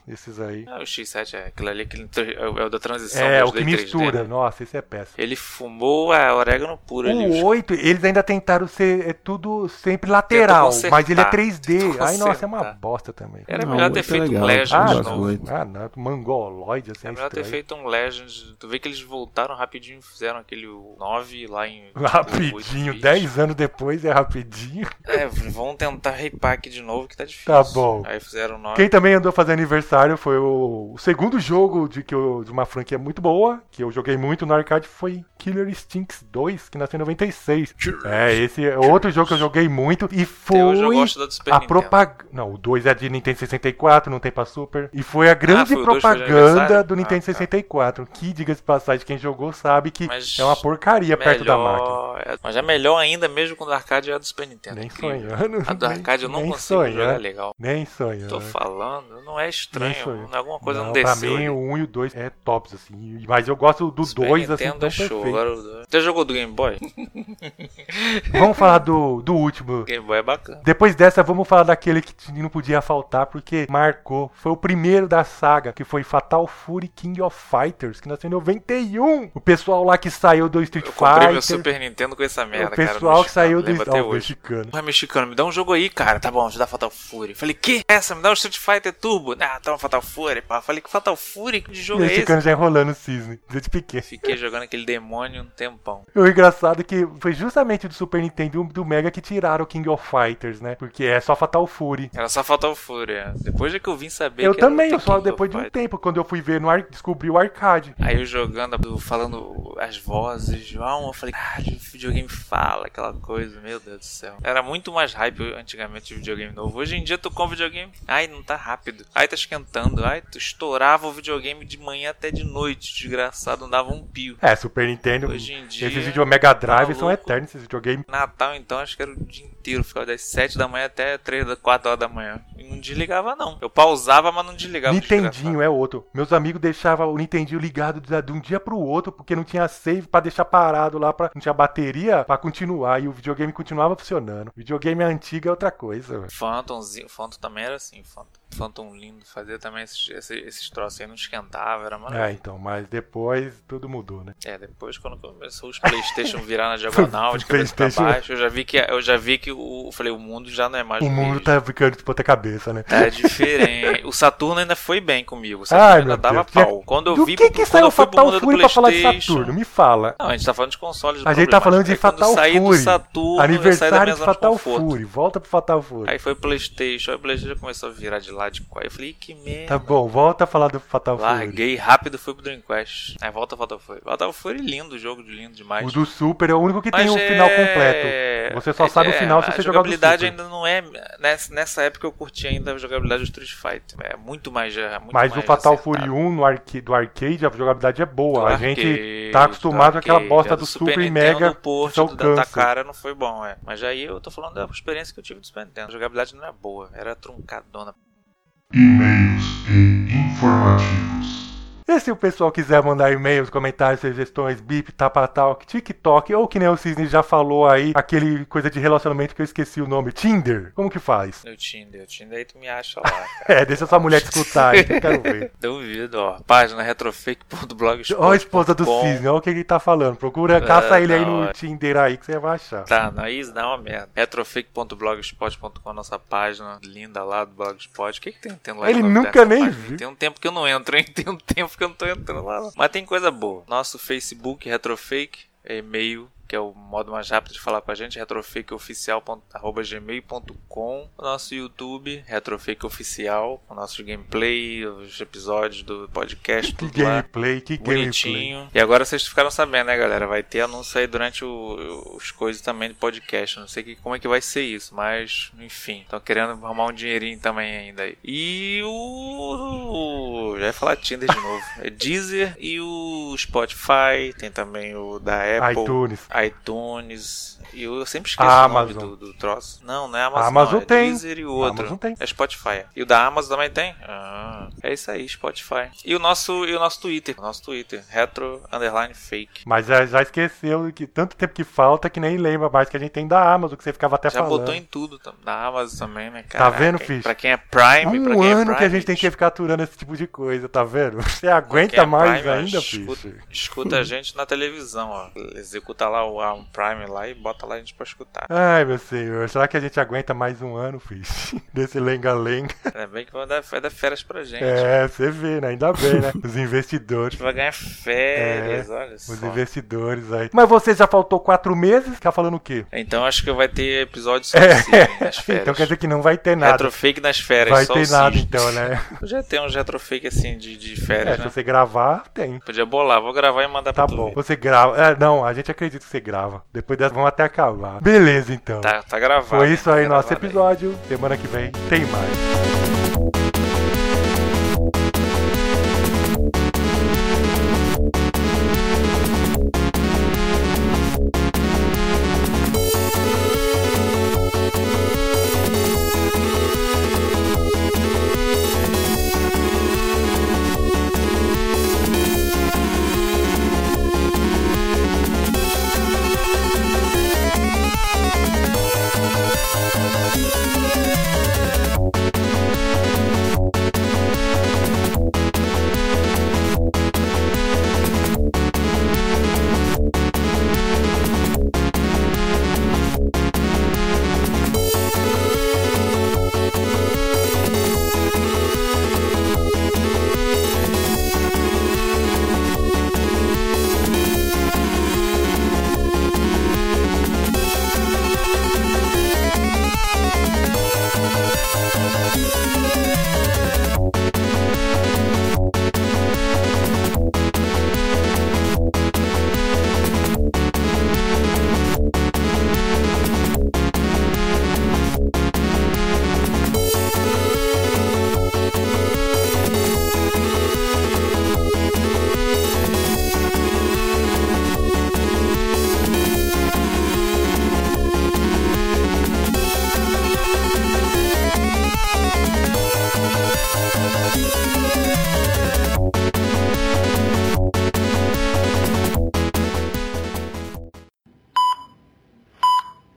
[SPEAKER 2] esses aí.
[SPEAKER 3] Ah, o X7 é aquilo ali, aquele, tr- é o é o da transição.
[SPEAKER 2] É, o
[SPEAKER 3] 2D,
[SPEAKER 2] que
[SPEAKER 3] 3D,
[SPEAKER 2] mistura,
[SPEAKER 3] né?
[SPEAKER 2] nossa, esse é péssimo.
[SPEAKER 3] Ele fumou a orégano puro ali. os
[SPEAKER 2] O 8, eles ainda tentaram ser é tudo sempre
[SPEAKER 3] Tentou
[SPEAKER 2] lateral,
[SPEAKER 3] consertar,
[SPEAKER 2] mas ele é 3D.
[SPEAKER 3] tentou
[SPEAKER 2] Ai, nossa, é uma
[SPEAKER 3] consertar.
[SPEAKER 2] bosta também.
[SPEAKER 3] Era
[SPEAKER 4] Não,
[SPEAKER 3] melhor
[SPEAKER 4] o
[SPEAKER 3] ter
[SPEAKER 4] oito é
[SPEAKER 3] feito um
[SPEAKER 4] legal,
[SPEAKER 3] Legends
[SPEAKER 4] eu
[SPEAKER 2] Ah,
[SPEAKER 4] gosto do
[SPEAKER 3] novo.
[SPEAKER 4] oito.
[SPEAKER 2] não, ah, não, mongoloide, assim,
[SPEAKER 3] É
[SPEAKER 2] é
[SPEAKER 3] melhor ter
[SPEAKER 2] estranho.
[SPEAKER 3] feito um Legends. Tu vê que eles voltaram rapidinho, fizeram aquele 9
[SPEAKER 2] [laughs]
[SPEAKER 3] lá em.
[SPEAKER 2] Rapidinho, 10 anos depois é rapidinho.
[SPEAKER 3] É, vão tentar ripar aqui de novo que tá difícil.
[SPEAKER 2] Tá bom.
[SPEAKER 3] Aí fizeram 9.
[SPEAKER 2] Quem também andou fazendo aniversário foi o, o segundo jogo de, que eu- de uma franquia muito boa, que eu joguei muito no arcade, foi Killer Instincts 2, que nasceu em 96. É, esse é outro jogo que eu joguei muito e foi
[SPEAKER 3] Hoje eu gosto da do Super
[SPEAKER 2] a
[SPEAKER 3] Nintendo.
[SPEAKER 2] propaganda. Não, o 2 é de Nintendo 64, não tem pra Super. E foi a grande
[SPEAKER 3] Ah, foi o dois que foi de
[SPEAKER 2] propaganda
[SPEAKER 3] aniversário?
[SPEAKER 2] do Nintendo
[SPEAKER 3] Ah, tá.
[SPEAKER 2] 64, que, diga-se de passagem, quem jogou sabe que
[SPEAKER 3] Mas
[SPEAKER 2] é uma porcaria perto da máquina.
[SPEAKER 3] Melhor- é- mas é melhor ainda mesmo quando o arcade é a do Super Nintendo.
[SPEAKER 2] Nem
[SPEAKER 3] incrível.
[SPEAKER 2] sonhando.
[SPEAKER 3] A do
[SPEAKER 2] [laughs] nem-
[SPEAKER 3] arcade eu não
[SPEAKER 2] nem
[SPEAKER 3] consigo jogar
[SPEAKER 2] sonhando.
[SPEAKER 3] legal.
[SPEAKER 2] Nem sonhando.
[SPEAKER 3] Tô falando, não é
[SPEAKER 2] Nem sou eu.
[SPEAKER 3] estranho. Alguma coisa não,
[SPEAKER 2] não, pra
[SPEAKER 3] desceu.
[SPEAKER 2] mim,
[SPEAKER 3] ali.
[SPEAKER 2] o 1 e o 2 é tops, assim. E- Mas eu gosto do
[SPEAKER 3] Super
[SPEAKER 2] 2, assim,
[SPEAKER 3] Nintendo
[SPEAKER 2] tão
[SPEAKER 3] é show.
[SPEAKER 2] perfeito.
[SPEAKER 3] Agora o dois. Você jogou do Game Boy?
[SPEAKER 2] Vamos falar do, do último.
[SPEAKER 3] Game Boy é bacana.
[SPEAKER 2] Depois dessa, vamos falar daquele que não podia faltar, porque marcou. Foi o primeiro da saga, que foi Fatal Fury King of Fighters, que nasceu em 91. O pessoal lá que saiu do Street
[SPEAKER 3] Eu comprei meu
[SPEAKER 2] Fighter.
[SPEAKER 3] Super Nintendo com essa merda,
[SPEAKER 2] o
[SPEAKER 3] cara.
[SPEAKER 2] pessoal que saiu do
[SPEAKER 3] lembro até
[SPEAKER 2] Street
[SPEAKER 3] hoje.
[SPEAKER 2] mexicano.
[SPEAKER 3] Ué, mexicano, me dá um jogo aí, cara. Tá bom, te dá Fatal Fury. Falei, que essa? Me dá um Street Fighter Turbo. Ah, toma Fatal Fury, pá. Falei, que Fatal Fury? Que
[SPEAKER 2] O
[SPEAKER 3] jogo é esse?
[SPEAKER 2] mexicano já enrolando o cisne, desde pequeno.
[SPEAKER 3] Fiquei jogando aquele demônio um tempão.
[SPEAKER 2] O engraçado é que foi justamente do Super Nintendo e do Mega que tiraram o King of Fighters, né? Porque é só Fatal Fury.
[SPEAKER 3] Era só Fatal Fury. é. Depois é que eu vim saber
[SPEAKER 2] Eu
[SPEAKER 3] que era
[SPEAKER 2] também,
[SPEAKER 3] o The
[SPEAKER 2] só
[SPEAKER 3] King of
[SPEAKER 2] depois de um
[SPEAKER 3] Fighters.
[SPEAKER 2] tempo, quando eu fui ver no ar, descobri o arcade.
[SPEAKER 3] Aí eu jogando, eu falando as vozes, João, eu falei, ah, videogame fala, aquela coisa, meu Deus do céu. Era muito mais hype antigamente o videogame novo. Hoje em dia tu compra o videogame, ai, não tá rápido, ai, tá esquentando, ai, tu estourava o videogame de manhã até de noite, desgraçado, não dava um pio.
[SPEAKER 2] É, Super Nintendo.
[SPEAKER 3] Hoje em dia,
[SPEAKER 2] esses vídeo Mega Drive
[SPEAKER 3] tá
[SPEAKER 2] são
[SPEAKER 3] louco.
[SPEAKER 2] eternos, esses videogames.
[SPEAKER 3] Natal, então, acho que era o dia inteiro. Ficava das 7 da manhã até 3, da- 4 horas da manhã. E não desligava, não. Eu pausava, mas não desligava.
[SPEAKER 2] Nintendinho é outro. Meus amigos deixavam o Nintendinho ligado de de um dia pro outro, porque não tinha save pra deixar parado lá, pra, não tinha bateria pra continuar. E o videogame continuava funcionando. Videogame antigo é outra coisa. velho.
[SPEAKER 3] Phantomzinho, Phantom também era assim, Phantom, Phantom lindo, fazia também esses, esses, esses troços aí, não esquentava, era
[SPEAKER 2] É,
[SPEAKER 3] maravilhoso.
[SPEAKER 2] então, mas depois tudo mudou, né?
[SPEAKER 3] É, depois quando começou os Playstation virar na diagonal, de cabeça pra
[SPEAKER 2] PlayStation.
[SPEAKER 3] baixo, eu já vi que, é, eu já vi que o, eu falei, o mundo já não é mais
[SPEAKER 2] O mundo
[SPEAKER 3] mesmo.
[SPEAKER 2] tá ficando de ponta cabeça, né?
[SPEAKER 3] Tá diferente. O Saturno ainda foi bem comigo. O Saturno
[SPEAKER 2] Ai, meu
[SPEAKER 3] ainda dava
[SPEAKER 2] Deus.
[SPEAKER 3] pau. Quando eu
[SPEAKER 2] Do
[SPEAKER 3] vi
[SPEAKER 2] que
[SPEAKER 3] pro-
[SPEAKER 2] que
[SPEAKER 3] quando
[SPEAKER 2] saiu
[SPEAKER 3] eu fui pro
[SPEAKER 2] Fatal
[SPEAKER 3] mundo do
[SPEAKER 2] Fury pra falar de
[SPEAKER 3] PlayStation-
[SPEAKER 2] Saturno? Me fala.
[SPEAKER 3] Não, a gente tá falando de consoles.
[SPEAKER 2] A gente tá falando de
[SPEAKER 3] problemáticos.
[SPEAKER 2] Fatal
[SPEAKER 3] Aí quando eu
[SPEAKER 2] Fury.
[SPEAKER 3] saí do Saturno, eu saí da minha
[SPEAKER 2] Aniversário de
[SPEAKER 3] zona de
[SPEAKER 2] Fatal
[SPEAKER 3] conforto.
[SPEAKER 2] Fury. Volta pro Fatal Fury.
[SPEAKER 3] Aí foi Playstation, aí o Playstation começou a virar de lado de qual. Eu falei, "Ih, que merda.
[SPEAKER 2] Tá bom, volta a falar do Fatal Fury.
[SPEAKER 3] Larguei rápido, fui pro Dreamcast. Aí volta Fatal Fury. Fatal Fury lindo, o jogo de lindo demais.
[SPEAKER 2] O do Super é o único que tem
[SPEAKER 3] Mas
[SPEAKER 2] o
[SPEAKER 3] é-
[SPEAKER 2] final completo. Você só
[SPEAKER 3] é-
[SPEAKER 2] sabe o final se
[SPEAKER 3] a
[SPEAKER 2] você jogar o do
[SPEAKER 3] jogabilidade
[SPEAKER 2] Super.
[SPEAKER 3] ainda não é nessa, nessa época eu curti ainda a jogabilidade do Street Fighter. É muito mais é muito
[SPEAKER 2] Mas o
[SPEAKER 3] mais
[SPEAKER 2] Fatal
[SPEAKER 3] acertado.
[SPEAKER 2] Fury 1 no arca- do arcade, a jogabilidade é boa.
[SPEAKER 3] Do
[SPEAKER 2] a
[SPEAKER 3] arcade,
[SPEAKER 2] gente tá acostumado
[SPEAKER 3] do
[SPEAKER 2] com aquela
[SPEAKER 3] arcade,
[SPEAKER 2] bosta
[SPEAKER 3] é
[SPEAKER 2] do Super e
[SPEAKER 3] Nintendo,
[SPEAKER 2] Mega,
[SPEAKER 3] do port,
[SPEAKER 2] que são
[SPEAKER 3] do, da, da
[SPEAKER 2] câncer.
[SPEAKER 3] cara não foi bom, é. Mas aí eu tô falando da experiência que eu tive do Super Nintendo. A jogabilidade é não era boa, era truncadona.
[SPEAKER 1] E-mails e informativos.
[SPEAKER 2] E se o pessoal quiser mandar e-mails, comentários, sugestões, bip, tapatalk, tiktok, ou que nem o Cisne já falou aí, aquele coisa de relacionamento que eu esqueci o nome, Tinder, como que faz? [laughs]
[SPEAKER 3] No Tinder, o Tinder aí tu me acha lá, cara.
[SPEAKER 2] É, deixa essa mulher te escutar aí, que eu quero
[SPEAKER 3] [laughs]
[SPEAKER 2] ver.
[SPEAKER 3] Duvido, ó. Página retrofake.blogspot.
[SPEAKER 2] Ó a esposa do Cisne, ó o que ele tá falando. Procura, caça
[SPEAKER 3] É,
[SPEAKER 2] ele aí
[SPEAKER 3] não,
[SPEAKER 2] no
[SPEAKER 3] é.
[SPEAKER 2] Tinder aí que você vai achar.
[SPEAKER 3] Tá, não, isso dá uma merda. Retrofake.blogspot.com, nossa página linda lá do Blogspot. O que, que tem tendo lá?
[SPEAKER 2] Ele
[SPEAKER 3] de novidade
[SPEAKER 2] nunca
[SPEAKER 3] nessa
[SPEAKER 2] nem
[SPEAKER 3] página?
[SPEAKER 2] viu.
[SPEAKER 3] Tem um tempo que eu não entro, hein? [laughs] Tem um tempo que eu não tô entrando lá. não. Mas tem coisa boa. Nosso Facebook, Retrofake, é e-mail. Que é o modo mais rápido de falar com a gente, retrofakeoficial.gmail.com. O nosso YouTube, Retrofake Oficial, o nosso gameplay, os episódios do podcast,
[SPEAKER 2] Que
[SPEAKER 3] tudo lá.
[SPEAKER 2] gameplay, que gameplay.
[SPEAKER 3] Bonitinho. E agora vocês ficaram sabendo, né, galera? Vai ter anúncio aí durante o- os coisas também do podcast. Não sei que- como é que vai ser isso, mas enfim. Estão querendo arrumar um dinheirinho também ainda aí. E o. Já ia falar Tinder de novo. É Deezer e o Spotify. Tem também o
[SPEAKER 2] [laughs]
[SPEAKER 3] da Apple.
[SPEAKER 2] iTunes.
[SPEAKER 3] iTunes. E eu sempre esqueço
[SPEAKER 2] A
[SPEAKER 3] o nome
[SPEAKER 2] Amazon.
[SPEAKER 3] do, do troço. Não, não é Amazon.
[SPEAKER 2] A Amazon
[SPEAKER 3] não, é
[SPEAKER 2] tem.
[SPEAKER 3] Deezer e o
[SPEAKER 2] A
[SPEAKER 3] outro.
[SPEAKER 2] Amazon tem.
[SPEAKER 3] É Spotify. E o da Amazon também tem? Ah, é isso aí, Spotify. E o nosso, e o nosso Twitter. O nosso Twitter. Retro underline fake.
[SPEAKER 2] Mas já, já esqueceu que tanto tempo que falta que nem lembra mais que a gente tem da Amazon, que você ficava até
[SPEAKER 3] Já
[SPEAKER 2] Tá falando. Tá
[SPEAKER 3] botou em tudo tam- da Amazon também, né, cara?
[SPEAKER 2] vendo, Fish?
[SPEAKER 3] Pra quem é Prime, pra
[SPEAKER 2] Um
[SPEAKER 3] quem é
[SPEAKER 2] ano
[SPEAKER 3] Prime,
[SPEAKER 2] que a gente tem que ficar aturando esse tipo de coisa, tá vendo? Você aguenta
[SPEAKER 3] Quem é
[SPEAKER 2] mais
[SPEAKER 3] Prime,
[SPEAKER 2] ainda,
[SPEAKER 3] escuta,
[SPEAKER 2] bicho.
[SPEAKER 3] escuta a gente na televisão, ó. Executa lá o a- um Prime lá e bota lá a gente
[SPEAKER 2] [laughs]
[SPEAKER 3] pra escutar.
[SPEAKER 2] Ai, meu senhor, será que a gente aguenta mais um ano, Fish? [laughs] Desse
[SPEAKER 3] [laughs]
[SPEAKER 2] lenga-lenga?
[SPEAKER 3] Ainda bem que vai dar, vai dar férias pra gente.
[SPEAKER 2] É, você vê, né? Ainda bem, né? Os
[SPEAKER 3] A
[SPEAKER 2] investidores.
[SPEAKER 3] gente vai ganhar
[SPEAKER 2] É,
[SPEAKER 3] férias, olha só.
[SPEAKER 2] Os investidores aí. Mas você já faltou quatro meses? Tá falando o quê?
[SPEAKER 3] Então acho que vai ter
[SPEAKER 2] [laughs]
[SPEAKER 3] episódio só assim, nas
[SPEAKER 2] É,
[SPEAKER 3] férias.
[SPEAKER 2] então quer dizer que não vai ter nada.
[SPEAKER 3] Retrofake nas férias,
[SPEAKER 2] Vai
[SPEAKER 3] só
[SPEAKER 2] ter
[SPEAKER 3] o
[SPEAKER 2] nada
[SPEAKER 3] Cisne.
[SPEAKER 2] então, né?
[SPEAKER 3] [laughs] Já tem uns retrofake assim de, de
[SPEAKER 2] É,
[SPEAKER 3] férias,
[SPEAKER 2] se
[SPEAKER 3] né?
[SPEAKER 2] você gravar, tem.
[SPEAKER 3] Podia bolar, vou gravar e mandar
[SPEAKER 2] Tá
[SPEAKER 3] pra tu
[SPEAKER 2] bom.
[SPEAKER 3] ver.
[SPEAKER 2] Você grava. É, não, a gente acredita que você grava. Depois dessa, vamos até acabar. Beleza, então.
[SPEAKER 3] Tá, tá gravado.
[SPEAKER 2] Foi isso
[SPEAKER 3] tá
[SPEAKER 2] aí, nosso
[SPEAKER 3] gravado aí.
[SPEAKER 2] episódio. Semana que vem tem mais.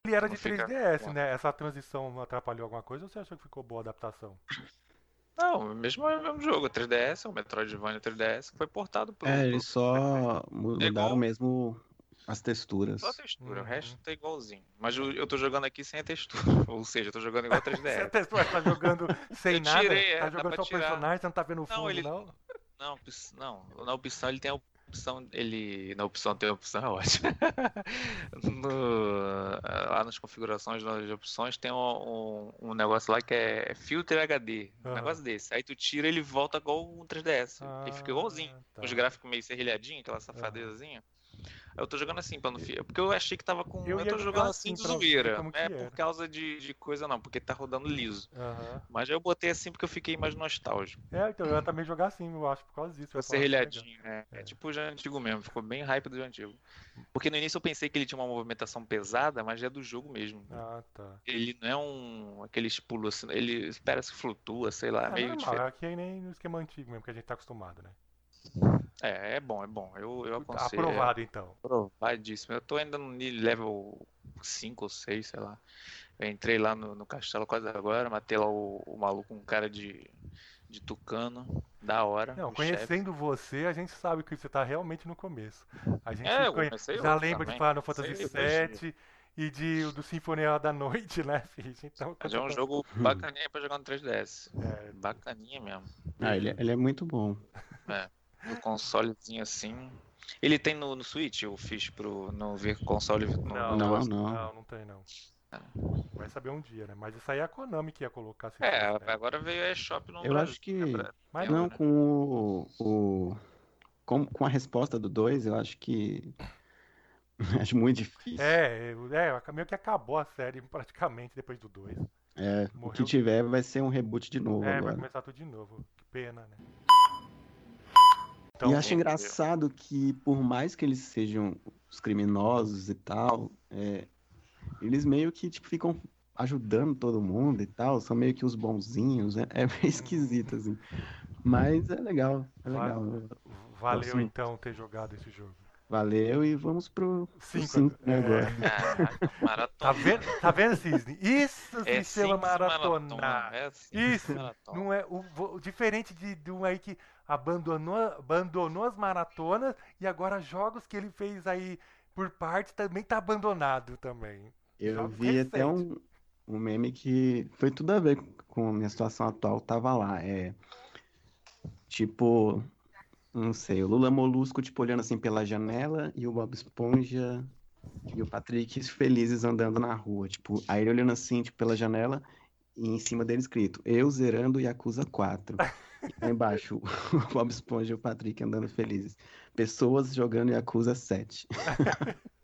[SPEAKER 2] Ele era de
[SPEAKER 3] Não fica
[SPEAKER 2] 3DS,
[SPEAKER 3] bom.
[SPEAKER 2] né? Essa transição atrapalhou alguma coisa ou você achou que ficou boa a adaptação?
[SPEAKER 3] Não, mesmo é o mesmo jogo, 3DS, o Metroidvania 3DS, que foi portado pro.
[SPEAKER 4] É,
[SPEAKER 3] pro-
[SPEAKER 4] eles só mu-
[SPEAKER 3] É
[SPEAKER 4] mudaram
[SPEAKER 3] igual-
[SPEAKER 4] mesmo as texturas.
[SPEAKER 3] Só a textura,
[SPEAKER 2] Uhum.
[SPEAKER 3] o resto tá igualzinho. Mas eu, eu tô jogando aqui sem a textura. [laughs] Ou seja, eu tô jogando
[SPEAKER 2] [laughs]
[SPEAKER 3] igual
[SPEAKER 2] Você
[SPEAKER 3] 3DS.
[SPEAKER 2] testou, tá
[SPEAKER 3] [laughs]
[SPEAKER 2] jogando sem
[SPEAKER 3] É. Eu
[SPEAKER 2] nada?
[SPEAKER 3] tirei, é,
[SPEAKER 2] tá
[SPEAKER 3] dá
[SPEAKER 2] jogando
[SPEAKER 3] pra
[SPEAKER 2] só o
[SPEAKER 3] tirar.
[SPEAKER 2] personagem, você não tá vendo o fundo,
[SPEAKER 3] ele-
[SPEAKER 2] não?
[SPEAKER 3] não, opção- não, na opção ele tem a opção. Ele. Na opção tem a opção, é ótimo. [laughs] No- lá nas configurações nas opções tem um, um, um negócio lá que é filtro HD. Um
[SPEAKER 2] Aham.
[SPEAKER 3] negócio desse. Aí tu tira ele volta igual um 3DS. ele fica igualzinho.
[SPEAKER 2] Ah,
[SPEAKER 3] com os
[SPEAKER 2] tá.
[SPEAKER 3] gráficos meio serrilhadinhos, aquela safadezazinha. Eu tô jogando assim, pra não fi- Porque eu achei que tava com.
[SPEAKER 2] Eu
[SPEAKER 3] Eu,
[SPEAKER 2] ia
[SPEAKER 3] tô
[SPEAKER 2] jogar
[SPEAKER 3] jogando assim de
[SPEAKER 2] assim pra ver
[SPEAKER 3] zoeira.
[SPEAKER 2] como
[SPEAKER 3] Não é
[SPEAKER 2] que era.
[SPEAKER 3] por causa de, de coisa, não, porque tá rodando liso.
[SPEAKER 2] Aham.
[SPEAKER 3] Mas eu botei assim porque eu fiquei mais nostálgico.
[SPEAKER 2] É, então eu ia também jogar assim, eu acho, por causa disso. eu ia
[SPEAKER 3] Ficou
[SPEAKER 2] falar, legal.
[SPEAKER 3] serrilhadinho, né? Tipo É tipo já antigo mesmo, ficou bem hype do antigo. Porque no início eu pensei que ele tinha uma movimentação pesada, mas é do jogo mesmo.
[SPEAKER 2] Ah, tá.
[SPEAKER 3] Ele não é um. aqueles pulos assim, ele parece que flutua, sei lá,
[SPEAKER 2] É
[SPEAKER 3] meio
[SPEAKER 2] normal,
[SPEAKER 3] diferente.
[SPEAKER 2] aqui é nem no esquema antigo mesmo, que a gente tá acostumado, né?
[SPEAKER 3] É, é bom, é bom. Eu, eu aconselho.
[SPEAKER 2] Aprovado, então.
[SPEAKER 3] É aprovadíssimo. Eu tô ainda no level 5 ou 6, sei lá. Eu entrei lá no, no castelo quase agora, matei lá o, o maluco com cara de, de tucano. Da hora.
[SPEAKER 2] Não,
[SPEAKER 3] o chefe.
[SPEAKER 2] conhecendo você, a gente sabe que você tá realmente no começo. A gente
[SPEAKER 3] É, eu
[SPEAKER 2] conhe-
[SPEAKER 3] comecei
[SPEAKER 2] já
[SPEAKER 3] outro
[SPEAKER 2] lembra de
[SPEAKER 3] também.
[SPEAKER 2] Final Fantasy
[SPEAKER 3] Comecei depois
[SPEAKER 2] VII e de, do Sinfonia da Noite, né, Fish? Então,
[SPEAKER 3] Mas é um jogo bacaninha pra jogar no 3DS.
[SPEAKER 2] É.
[SPEAKER 3] Bacaninha mesmo.
[SPEAKER 4] Ah, ele, ele é muito bom.
[SPEAKER 3] No consolezinho assim. Ele tem no, no Switch, eu fiz pro. No vir- console. No,
[SPEAKER 2] Não,
[SPEAKER 4] Não,
[SPEAKER 3] no-
[SPEAKER 4] não.
[SPEAKER 2] Não, não tem, não.
[SPEAKER 3] Ah.
[SPEAKER 2] Vai saber um dia, né? Mas isso aí é a Konami que ia colocar. se
[SPEAKER 3] É,
[SPEAKER 2] fosse, né?
[SPEAKER 3] agora veio a eShop no né,
[SPEAKER 4] Eu acho que-
[SPEAKER 3] lembra?
[SPEAKER 2] Mas
[SPEAKER 3] Lembra,
[SPEAKER 4] Não,
[SPEAKER 3] né?
[SPEAKER 4] com o. o- com, com a resposta do 2, eu acho que. [laughs] acho muito difícil.
[SPEAKER 2] É, é, é, meio que acabou a série [laughs] praticamente depois do 2.
[SPEAKER 4] É, o
[SPEAKER 2] morreu.
[SPEAKER 4] que tiver vai ser um reboot de novo
[SPEAKER 2] É, vai
[SPEAKER 4] agora.
[SPEAKER 2] começar tudo de novo. Que pena, né?
[SPEAKER 4] E
[SPEAKER 2] Então,
[SPEAKER 4] acho engraçado que, por mais que eles sejam os criminosos e tal, é, eles meio que tipo, ficam ajudando todo mundo e tal, são meio que os bonzinhos, né? [laughs] é meio esquisito, assim. Mas é legal, é legal.
[SPEAKER 2] valeu
[SPEAKER 4] Sim.
[SPEAKER 2] então ter jogado esse jogo.
[SPEAKER 4] Valeu e vamos pro 5
[SPEAKER 2] Cinco.
[SPEAKER 4] né,
[SPEAKER 2] É.
[SPEAKER 4] agora.
[SPEAKER 3] Caraca,
[SPEAKER 2] Tá
[SPEAKER 3] maratona.
[SPEAKER 2] vendo, tá vendo Cisne? Isso
[SPEAKER 3] É
[SPEAKER 2] se chama
[SPEAKER 3] simples maratona,
[SPEAKER 2] maratonar.
[SPEAKER 3] É simples
[SPEAKER 2] Isso.
[SPEAKER 3] maratona.
[SPEAKER 2] Não é o, vo- diferente de, de um aí que abandonou, abandonou as maratonas e agora jogos que ele fez aí por parte também tá abandonado também.
[SPEAKER 4] Eu
[SPEAKER 2] Jogo
[SPEAKER 4] vi até um, um meme que foi tudo a ver com a minha situação atual, tava lá. É tipo, não sei, o Lula Molusco, tipo, olhando assim pela janela e o Bob Esponja e o Patrick felizes andando na rua. Tipo, aí ele olhando assim, tipo, pela janela e em cima dele escrito: Eu zerando Yakuza 4. E lá embaixo, o [laughs] Bob Esponja e o Patrick andando felizes. Pessoas jogando Yakuza 7. [laughs]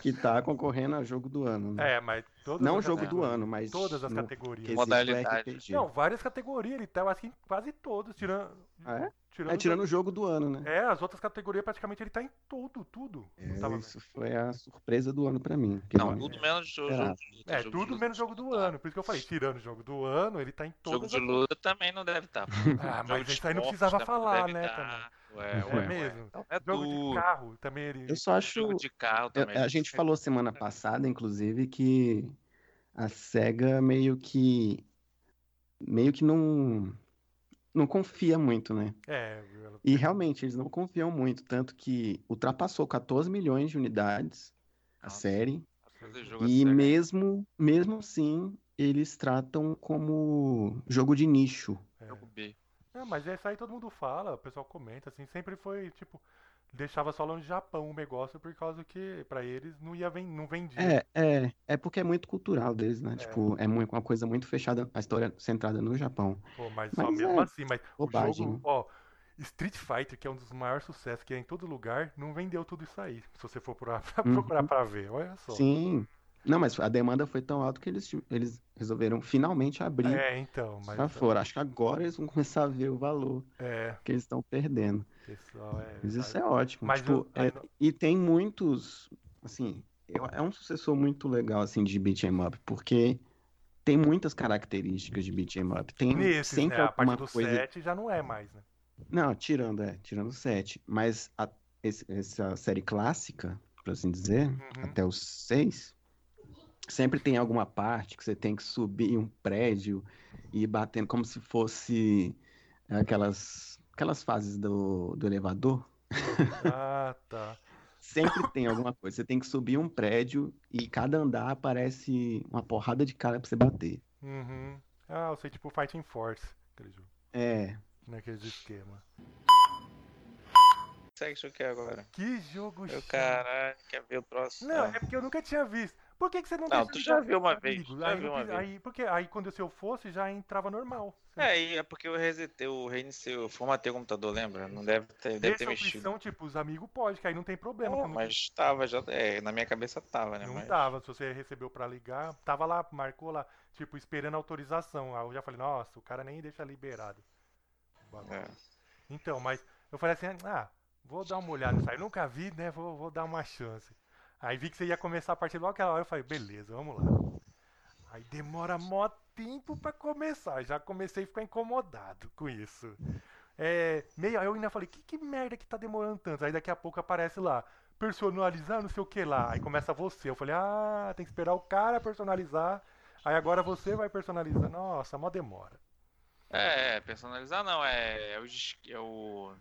[SPEAKER 4] que tá concorrendo ao jogo do ano, né?
[SPEAKER 2] É, mas todas
[SPEAKER 4] Não o
[SPEAKER 2] as
[SPEAKER 4] jogo
[SPEAKER 2] categorias-
[SPEAKER 4] do ano, mas.
[SPEAKER 2] Todas as
[SPEAKER 4] no
[SPEAKER 2] categorias.
[SPEAKER 4] quesito
[SPEAKER 3] Modalidade.
[SPEAKER 4] RPG.
[SPEAKER 2] Não, várias categorias ele tá, eu acho que em quase todos, tirando.
[SPEAKER 4] Ah, é?
[SPEAKER 2] Tirando,
[SPEAKER 4] é tirando o jogo do ano, né?
[SPEAKER 2] É, as outras categorias praticamente ele tá em tudo, tudo. Não É, tava vendo?
[SPEAKER 4] É Isso foi a surpresa do ano pra mim. é que
[SPEAKER 3] Não,
[SPEAKER 4] eu-
[SPEAKER 3] tudo menos jogo,
[SPEAKER 4] Será?
[SPEAKER 3] jogo de luta.
[SPEAKER 2] É,
[SPEAKER 3] jogo de
[SPEAKER 2] tudo
[SPEAKER 3] luta. Tá.
[SPEAKER 2] menos jogo do ano. Por isso que eu falei, tirando o jogo do ano, ele tá em
[SPEAKER 3] Jogo
[SPEAKER 2] todas
[SPEAKER 3] de luta também não deve
[SPEAKER 4] [laughs]
[SPEAKER 3] estar.
[SPEAKER 2] Ah, mas
[SPEAKER 3] de
[SPEAKER 2] isso aí não
[SPEAKER 3] esporte
[SPEAKER 2] precisava
[SPEAKER 3] também
[SPEAKER 2] falar,
[SPEAKER 3] deve
[SPEAKER 2] né,
[SPEAKER 3] tá. Ué,
[SPEAKER 2] as...
[SPEAKER 3] ué,
[SPEAKER 2] É
[SPEAKER 3] ué.
[SPEAKER 2] mesmo.
[SPEAKER 3] Então é
[SPEAKER 2] Jogo
[SPEAKER 3] tudo.
[SPEAKER 2] de carro também ele.
[SPEAKER 4] Eu só acho.
[SPEAKER 3] Jogo de carro também.
[SPEAKER 4] É,
[SPEAKER 3] né?
[SPEAKER 4] A gente falou semana passada, inclusive, que a SEGA meio que. meio que não. não confia muito, né?
[SPEAKER 2] É, eu-
[SPEAKER 4] E realmente, eles não confiam muito. Tanto que ultrapassou 14 milhões de unidades a
[SPEAKER 3] Nossa.
[SPEAKER 4] série.
[SPEAKER 3] Fazer jogo
[SPEAKER 4] E
[SPEAKER 3] assim,
[SPEAKER 4] mesmo, mesmo assim, eles tratam como jogo de nicho.
[SPEAKER 2] é.
[SPEAKER 3] jogo B.
[SPEAKER 2] É, mas isso aí todo mundo fala, o pessoal comenta, assim, sempre foi, tipo, deixava só lá no Japão o negócio por causa que pra eles não ia ven- não vendia.
[SPEAKER 4] É, é, é porque é muito cultural deles, né? Tipo, é mu- uma coisa muito fechada, a história é centrada no Japão.
[SPEAKER 2] Pô, mas,
[SPEAKER 4] Mas
[SPEAKER 2] ó, mesmo
[SPEAKER 4] é
[SPEAKER 2] assim, mas
[SPEAKER 4] bobagem,
[SPEAKER 2] o jogo,
[SPEAKER 4] né?
[SPEAKER 2] ó, Street Fighter, que é um dos maiores sucessos que é em todo lugar, não vendeu tudo isso aí. Se você for procurar pra,
[SPEAKER 4] Uhum.
[SPEAKER 2] procurar pra ver, olha só.
[SPEAKER 4] Sim. Não, mas a demanda foi tão alta que eles, ti- eles resolveram finalmente abrir
[SPEAKER 2] É, então, mas
[SPEAKER 4] pra tá fora. Acho que agora eles vão [laughs] começar a ver o valor
[SPEAKER 2] é,
[SPEAKER 4] que eles estão perdendo.
[SPEAKER 2] pessoal, é.
[SPEAKER 4] Mas isso é ótimo.
[SPEAKER 2] Mas
[SPEAKER 4] tipo,
[SPEAKER 2] eu- aí
[SPEAKER 4] é-
[SPEAKER 2] não-
[SPEAKER 4] e tem muitos, assim, eu- é um sucessor muito legal assim de beat 'em up, porque tem muitas características de beat 'em up. Tem
[SPEAKER 2] Nesses,
[SPEAKER 4] sempre
[SPEAKER 2] né? A
[SPEAKER 4] alguma
[SPEAKER 2] parte do
[SPEAKER 4] coisa.
[SPEAKER 2] 7 já não é mais, né?
[SPEAKER 4] Não, tirando, é, tirando o 7, mas a- esse- essa série clássica, por assim dizer,
[SPEAKER 2] Uhum.
[SPEAKER 4] até os 6, sempre tem alguma parte que você tem que subir um prédio e ir batendo como se fosse aquelas aquelas fases do, do elevador.
[SPEAKER 2] Ah, tá.
[SPEAKER 4] Sempre tem alguma coisa. Você tem que subir um prédio e cada andar aparece uma porrada de cara pra você bater.
[SPEAKER 2] Uhum. Ah, eu sei, tipo Fighting Force, aquele jogo,
[SPEAKER 4] É.
[SPEAKER 2] naquele esquema.
[SPEAKER 3] Segue isso aqui agora.
[SPEAKER 2] Que jogo
[SPEAKER 3] Eu,
[SPEAKER 2] chato.
[SPEAKER 3] caralho, quer ver o próximo?
[SPEAKER 2] Não,
[SPEAKER 3] Ah.
[SPEAKER 2] é porque eu nunca tinha visto. Por que, que você não
[SPEAKER 3] Não,
[SPEAKER 2] deixa
[SPEAKER 3] tu
[SPEAKER 2] de
[SPEAKER 3] já
[SPEAKER 2] jogar
[SPEAKER 3] viu uma
[SPEAKER 2] comigo?
[SPEAKER 3] vez, tu já
[SPEAKER 2] Aí,
[SPEAKER 3] viu
[SPEAKER 2] eu
[SPEAKER 3] uma
[SPEAKER 2] fiz-
[SPEAKER 3] vez.
[SPEAKER 2] aí- porque aí quando se eu fosse, já entrava normal.
[SPEAKER 3] É, e é porque eu resetei, eu reiniciei, eu formatei o computador, lembra? Não deve ter, deve ter
[SPEAKER 2] Essa
[SPEAKER 3] mexido.
[SPEAKER 2] opção, tipo, os amigos podem, que aí não tem problema.
[SPEAKER 3] Não,
[SPEAKER 2] quando
[SPEAKER 3] mas tava, já. É, na minha cabeça tava, né?
[SPEAKER 2] é, não
[SPEAKER 3] mas...
[SPEAKER 2] tava, se você recebeu pra ligar, tava lá, marcou lá, tipo, esperando autorização. Aí eu já falei, nossa, o cara nem deixa liberado. O bagulho.
[SPEAKER 3] É.
[SPEAKER 2] Então, mas eu falei assim, ah, vou dar uma olhada nisso aí. Eu nunca vi, né? Vou, vou dar uma chance. Aí vi que você ia começar a partir logo aquela hora, eu falei, beleza, vamos lá. Aí demora mó tempo pra começar. Já comecei a ficar incomodado com isso. É, meio, aí eu ainda falei, que, que merda que tá demorando tanto? Aí daqui a pouco aparece lá, personalizar não sei o que lá. Aí começa você. Eu falei, ah, tem que esperar o cara personalizar. Aí agora você vai personalizar. Nossa, mó demora.
[SPEAKER 3] É, é, personalizar não, é, é o. dis- É o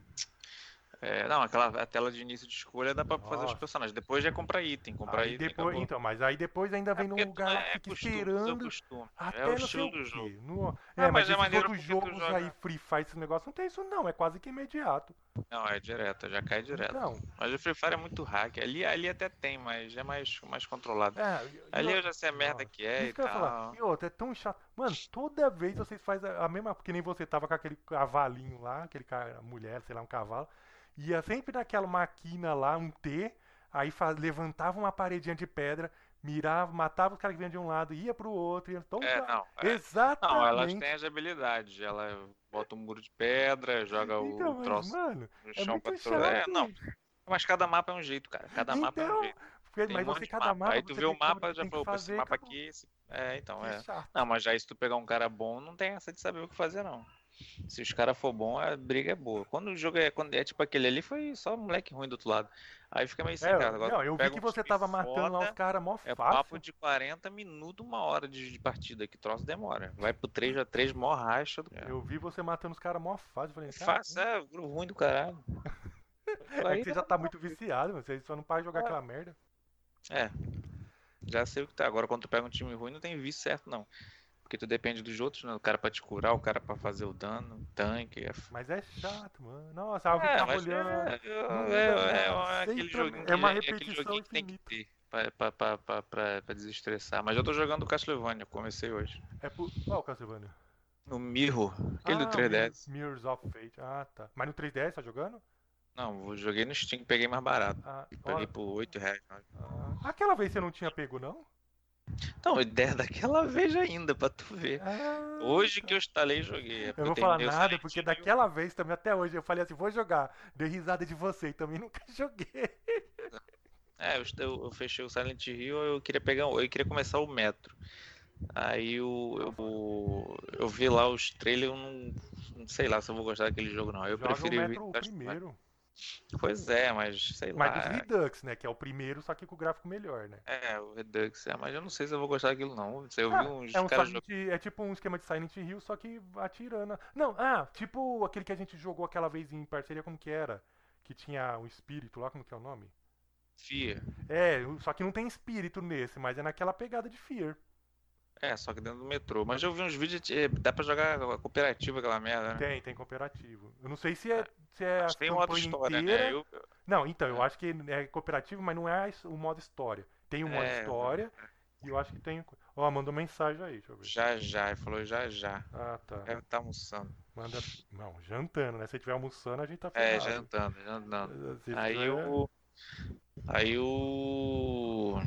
[SPEAKER 3] é, não, aquela a tela de início de escolha dá pra fazer os
[SPEAKER 2] Nossa.
[SPEAKER 3] personagens. Depois já é comprar item, comprar
[SPEAKER 2] Aí
[SPEAKER 3] item.
[SPEAKER 2] depois,
[SPEAKER 3] acabou.
[SPEAKER 2] então, mas aí depois ainda vem num
[SPEAKER 3] porque
[SPEAKER 2] lugar lá que
[SPEAKER 3] é
[SPEAKER 2] fica
[SPEAKER 3] costume, É o,
[SPEAKER 2] esperando.
[SPEAKER 3] costume,
[SPEAKER 2] Até
[SPEAKER 3] é o
[SPEAKER 2] não sei
[SPEAKER 3] estilo
[SPEAKER 2] o quê.
[SPEAKER 3] do jogo.
[SPEAKER 2] No-
[SPEAKER 3] Ah,
[SPEAKER 2] É,
[SPEAKER 3] mas
[SPEAKER 2] mas,
[SPEAKER 3] é
[SPEAKER 2] esses
[SPEAKER 3] maneiro
[SPEAKER 2] outros
[SPEAKER 3] porque tu
[SPEAKER 2] jogos
[SPEAKER 3] joga.
[SPEAKER 2] aí, Free Fire, esse negócio, não tem isso não, é quase que imediato.
[SPEAKER 3] Não, é direto, já cai direto.
[SPEAKER 2] Então,
[SPEAKER 3] Mas o Free Fire é muito hack. Ali, ali até tem, mas é mais, mais controlado.
[SPEAKER 2] é,
[SPEAKER 3] Ali
[SPEAKER 2] e-
[SPEAKER 3] eu já sei a merda que é
[SPEAKER 2] Isso
[SPEAKER 3] e
[SPEAKER 2] que eu ia falar.
[SPEAKER 3] tal.
[SPEAKER 2] E outra, é tão chato. Mano, toda vez vocês fazem a a mesma. Porque nem você tava com aquele cavalinho lá, aquele cara, mulher, sei lá, um cavalo. Ia sempre naquela maquina lá, um T. Aí fa- levantava uma paredinha de pedra, mirava, matava os caras que vinham de um lado, ia pro outro. Ia... Toda...
[SPEAKER 3] É, não. é.
[SPEAKER 2] Exatamente.
[SPEAKER 3] Não, elas têm as habilidades. Ela bota um muro de pedra, joga
[SPEAKER 2] Então,
[SPEAKER 3] o
[SPEAKER 2] mas,
[SPEAKER 3] troço
[SPEAKER 2] mano,
[SPEAKER 3] no
[SPEAKER 2] é
[SPEAKER 3] chão pra
[SPEAKER 2] muito
[SPEAKER 3] tu.
[SPEAKER 2] chato.
[SPEAKER 3] É, não. Mas cada mapa é um jeito, cara. Cada mapa é um
[SPEAKER 2] Então,
[SPEAKER 3] jeito.
[SPEAKER 2] Porque-
[SPEAKER 3] Tem
[SPEAKER 2] mas
[SPEAKER 3] um
[SPEAKER 2] você,
[SPEAKER 3] monte de
[SPEAKER 2] cada mapa,
[SPEAKER 3] Aí tu
[SPEAKER 2] você
[SPEAKER 3] vê o
[SPEAKER 2] tem que saber
[SPEAKER 3] mapa,
[SPEAKER 2] que
[SPEAKER 3] já
[SPEAKER 2] tem que
[SPEAKER 3] falou, pô, esse
[SPEAKER 2] fazer,
[SPEAKER 3] mapa
[SPEAKER 2] acabou.
[SPEAKER 3] aqui, esse. É, então,
[SPEAKER 2] Que
[SPEAKER 3] é.
[SPEAKER 2] chato.
[SPEAKER 3] Não, mas aí se tu pegar um cara bom, não tem essa de saber o que fazer, não. Se os caras for bom, a briga é boa. Quando o jogo é, quando é tipo aquele ali, foi só moleque ruim do outro lado. Aí fica meio sem
[SPEAKER 2] É,
[SPEAKER 3] graça. Agora
[SPEAKER 2] não,
[SPEAKER 3] tu
[SPEAKER 2] eu vi
[SPEAKER 3] pega
[SPEAKER 2] que
[SPEAKER 3] um
[SPEAKER 2] você
[SPEAKER 3] time
[SPEAKER 2] tava matando lá os
[SPEAKER 3] foda,
[SPEAKER 2] caras mó
[SPEAKER 3] É
[SPEAKER 2] fácil.
[SPEAKER 3] papo de 40 minutos, uma hora de, de partida. Que troço demora. Vai pro 3x3, mó racha. Do...
[SPEAKER 2] Eu vi você matando os caras mó fácil. Eu falei,
[SPEAKER 3] É
[SPEAKER 2] cara,
[SPEAKER 3] fácil, é grupo ruim
[SPEAKER 2] [laughs]
[SPEAKER 3] do caralho.
[SPEAKER 2] É
[SPEAKER 3] Aí
[SPEAKER 2] que você já tá muito viciado, mano. Você só não para de
[SPEAKER 3] É.
[SPEAKER 2] jogar aquela merda.
[SPEAKER 3] Já sei o que tá. Agora, quando tu pega um time ruim, não tem vício certo, não. Porque tu depende dos outros, né? O cara pra te curar, o cara pra fazer o dano, tanque. É, f-
[SPEAKER 2] Mas é chato, mano. Nossa, tá eu
[SPEAKER 3] É,
[SPEAKER 2] ficava
[SPEAKER 3] mas
[SPEAKER 2] olhando.
[SPEAKER 3] é,
[SPEAKER 2] Não
[SPEAKER 3] é,
[SPEAKER 2] dá,
[SPEAKER 3] é, é,
[SPEAKER 2] cara.
[SPEAKER 3] é aquele
[SPEAKER 2] Sempre
[SPEAKER 3] joguinho que
[SPEAKER 2] é uma
[SPEAKER 3] é aquele
[SPEAKER 2] repetição
[SPEAKER 3] joguinho que tem que ter pra, pra, pra, pra, pra, pra desestressar. Mas eu tô jogando Castlevania, comecei hoje.
[SPEAKER 2] É por. Qual, Castlevania?
[SPEAKER 3] No Mirror,
[SPEAKER 2] Ah,
[SPEAKER 3] aquele do 3DS.
[SPEAKER 2] Mirrors of Fate. Ah, tá. Mas no 3DS tá jogando?
[SPEAKER 3] Não, eu joguei no Steam, peguei mais barato.
[SPEAKER 2] Ah,
[SPEAKER 3] Peguei
[SPEAKER 2] ó,
[SPEAKER 3] por 8 reais. né?
[SPEAKER 2] ah. Aquela vez você não tinha pego, não?
[SPEAKER 3] Então, ideia daquela [laughs] vez ainda, pra tu ver.
[SPEAKER 2] Ah.
[SPEAKER 3] Hoje que eu instalei, joguei. É porque
[SPEAKER 2] Eu não vou falar
[SPEAKER 3] terminei o
[SPEAKER 2] nada,
[SPEAKER 3] Silent
[SPEAKER 2] porque
[SPEAKER 3] Hill.
[SPEAKER 2] daquela vez também, até hoje, eu falei assim, vou jogar. Dei risada de você e também [laughs] nunca joguei.
[SPEAKER 3] É, eu, eu- eu fechei o Silent Hill, eu queria pegar, um- eu queria começar o Metro. Aí o, eu, eu vi lá os trailers, eu não, não sei lá se eu vou gostar daquele jogo não. Eu
[SPEAKER 2] Joga
[SPEAKER 3] preferi
[SPEAKER 2] o
[SPEAKER 3] o
[SPEAKER 2] Metro um
[SPEAKER 3] Windows-
[SPEAKER 2] primeiro.
[SPEAKER 3] Pois é, mas sei
[SPEAKER 2] Mas
[SPEAKER 3] lá.
[SPEAKER 2] dos Redux, né? Que é o primeiro, só que com o gráfico melhor, né?
[SPEAKER 3] É, o Redux, é, mas eu não sei se eu vou gostar daquilo não. Eu vi
[SPEAKER 2] Ah,
[SPEAKER 3] uns
[SPEAKER 2] é, um
[SPEAKER 3] caras
[SPEAKER 2] Silent- é tipo um esquema de Silent Hill, só que atirando. Não, ah, tipo aquele que a gente jogou aquela vez em parceria, como que era? Que tinha um espírito lá, como que é o nome?
[SPEAKER 3] jogando Fear.
[SPEAKER 2] É, só que não tem espírito nesse, mas é naquela pegada de Fear.
[SPEAKER 3] É, só que dentro do metrô. Mas eu vi uns vídeos, eh, dá pra jogar a cooperativa aquela merda, né?
[SPEAKER 2] Tem, tem cooperativo. Eu não sei se é, se é
[SPEAKER 3] Mas
[SPEAKER 2] a
[SPEAKER 3] Ah, tem um modo
[SPEAKER 2] campanha
[SPEAKER 3] história,
[SPEAKER 2] inteira.
[SPEAKER 3] né? Eu,
[SPEAKER 2] Não, então, eu acho que é cooperativo, mas não é a his- o modo história. Tem o modo
[SPEAKER 3] É.
[SPEAKER 2] história e eu acho que tem. Ó, mandou mensagem aí, deixa eu ver.
[SPEAKER 3] já já, ele falou já já.
[SPEAKER 2] Ah, tá.
[SPEAKER 3] Deve estar almoçando.
[SPEAKER 2] Manda. Não, jantando, né? Se tiver almoçando, a gente tá
[SPEAKER 3] É,
[SPEAKER 2] ferrado.
[SPEAKER 3] jantando, jantando.
[SPEAKER 2] Se
[SPEAKER 3] Aí
[SPEAKER 2] tiver-
[SPEAKER 3] eu.
[SPEAKER 2] é.
[SPEAKER 3] Aí eu.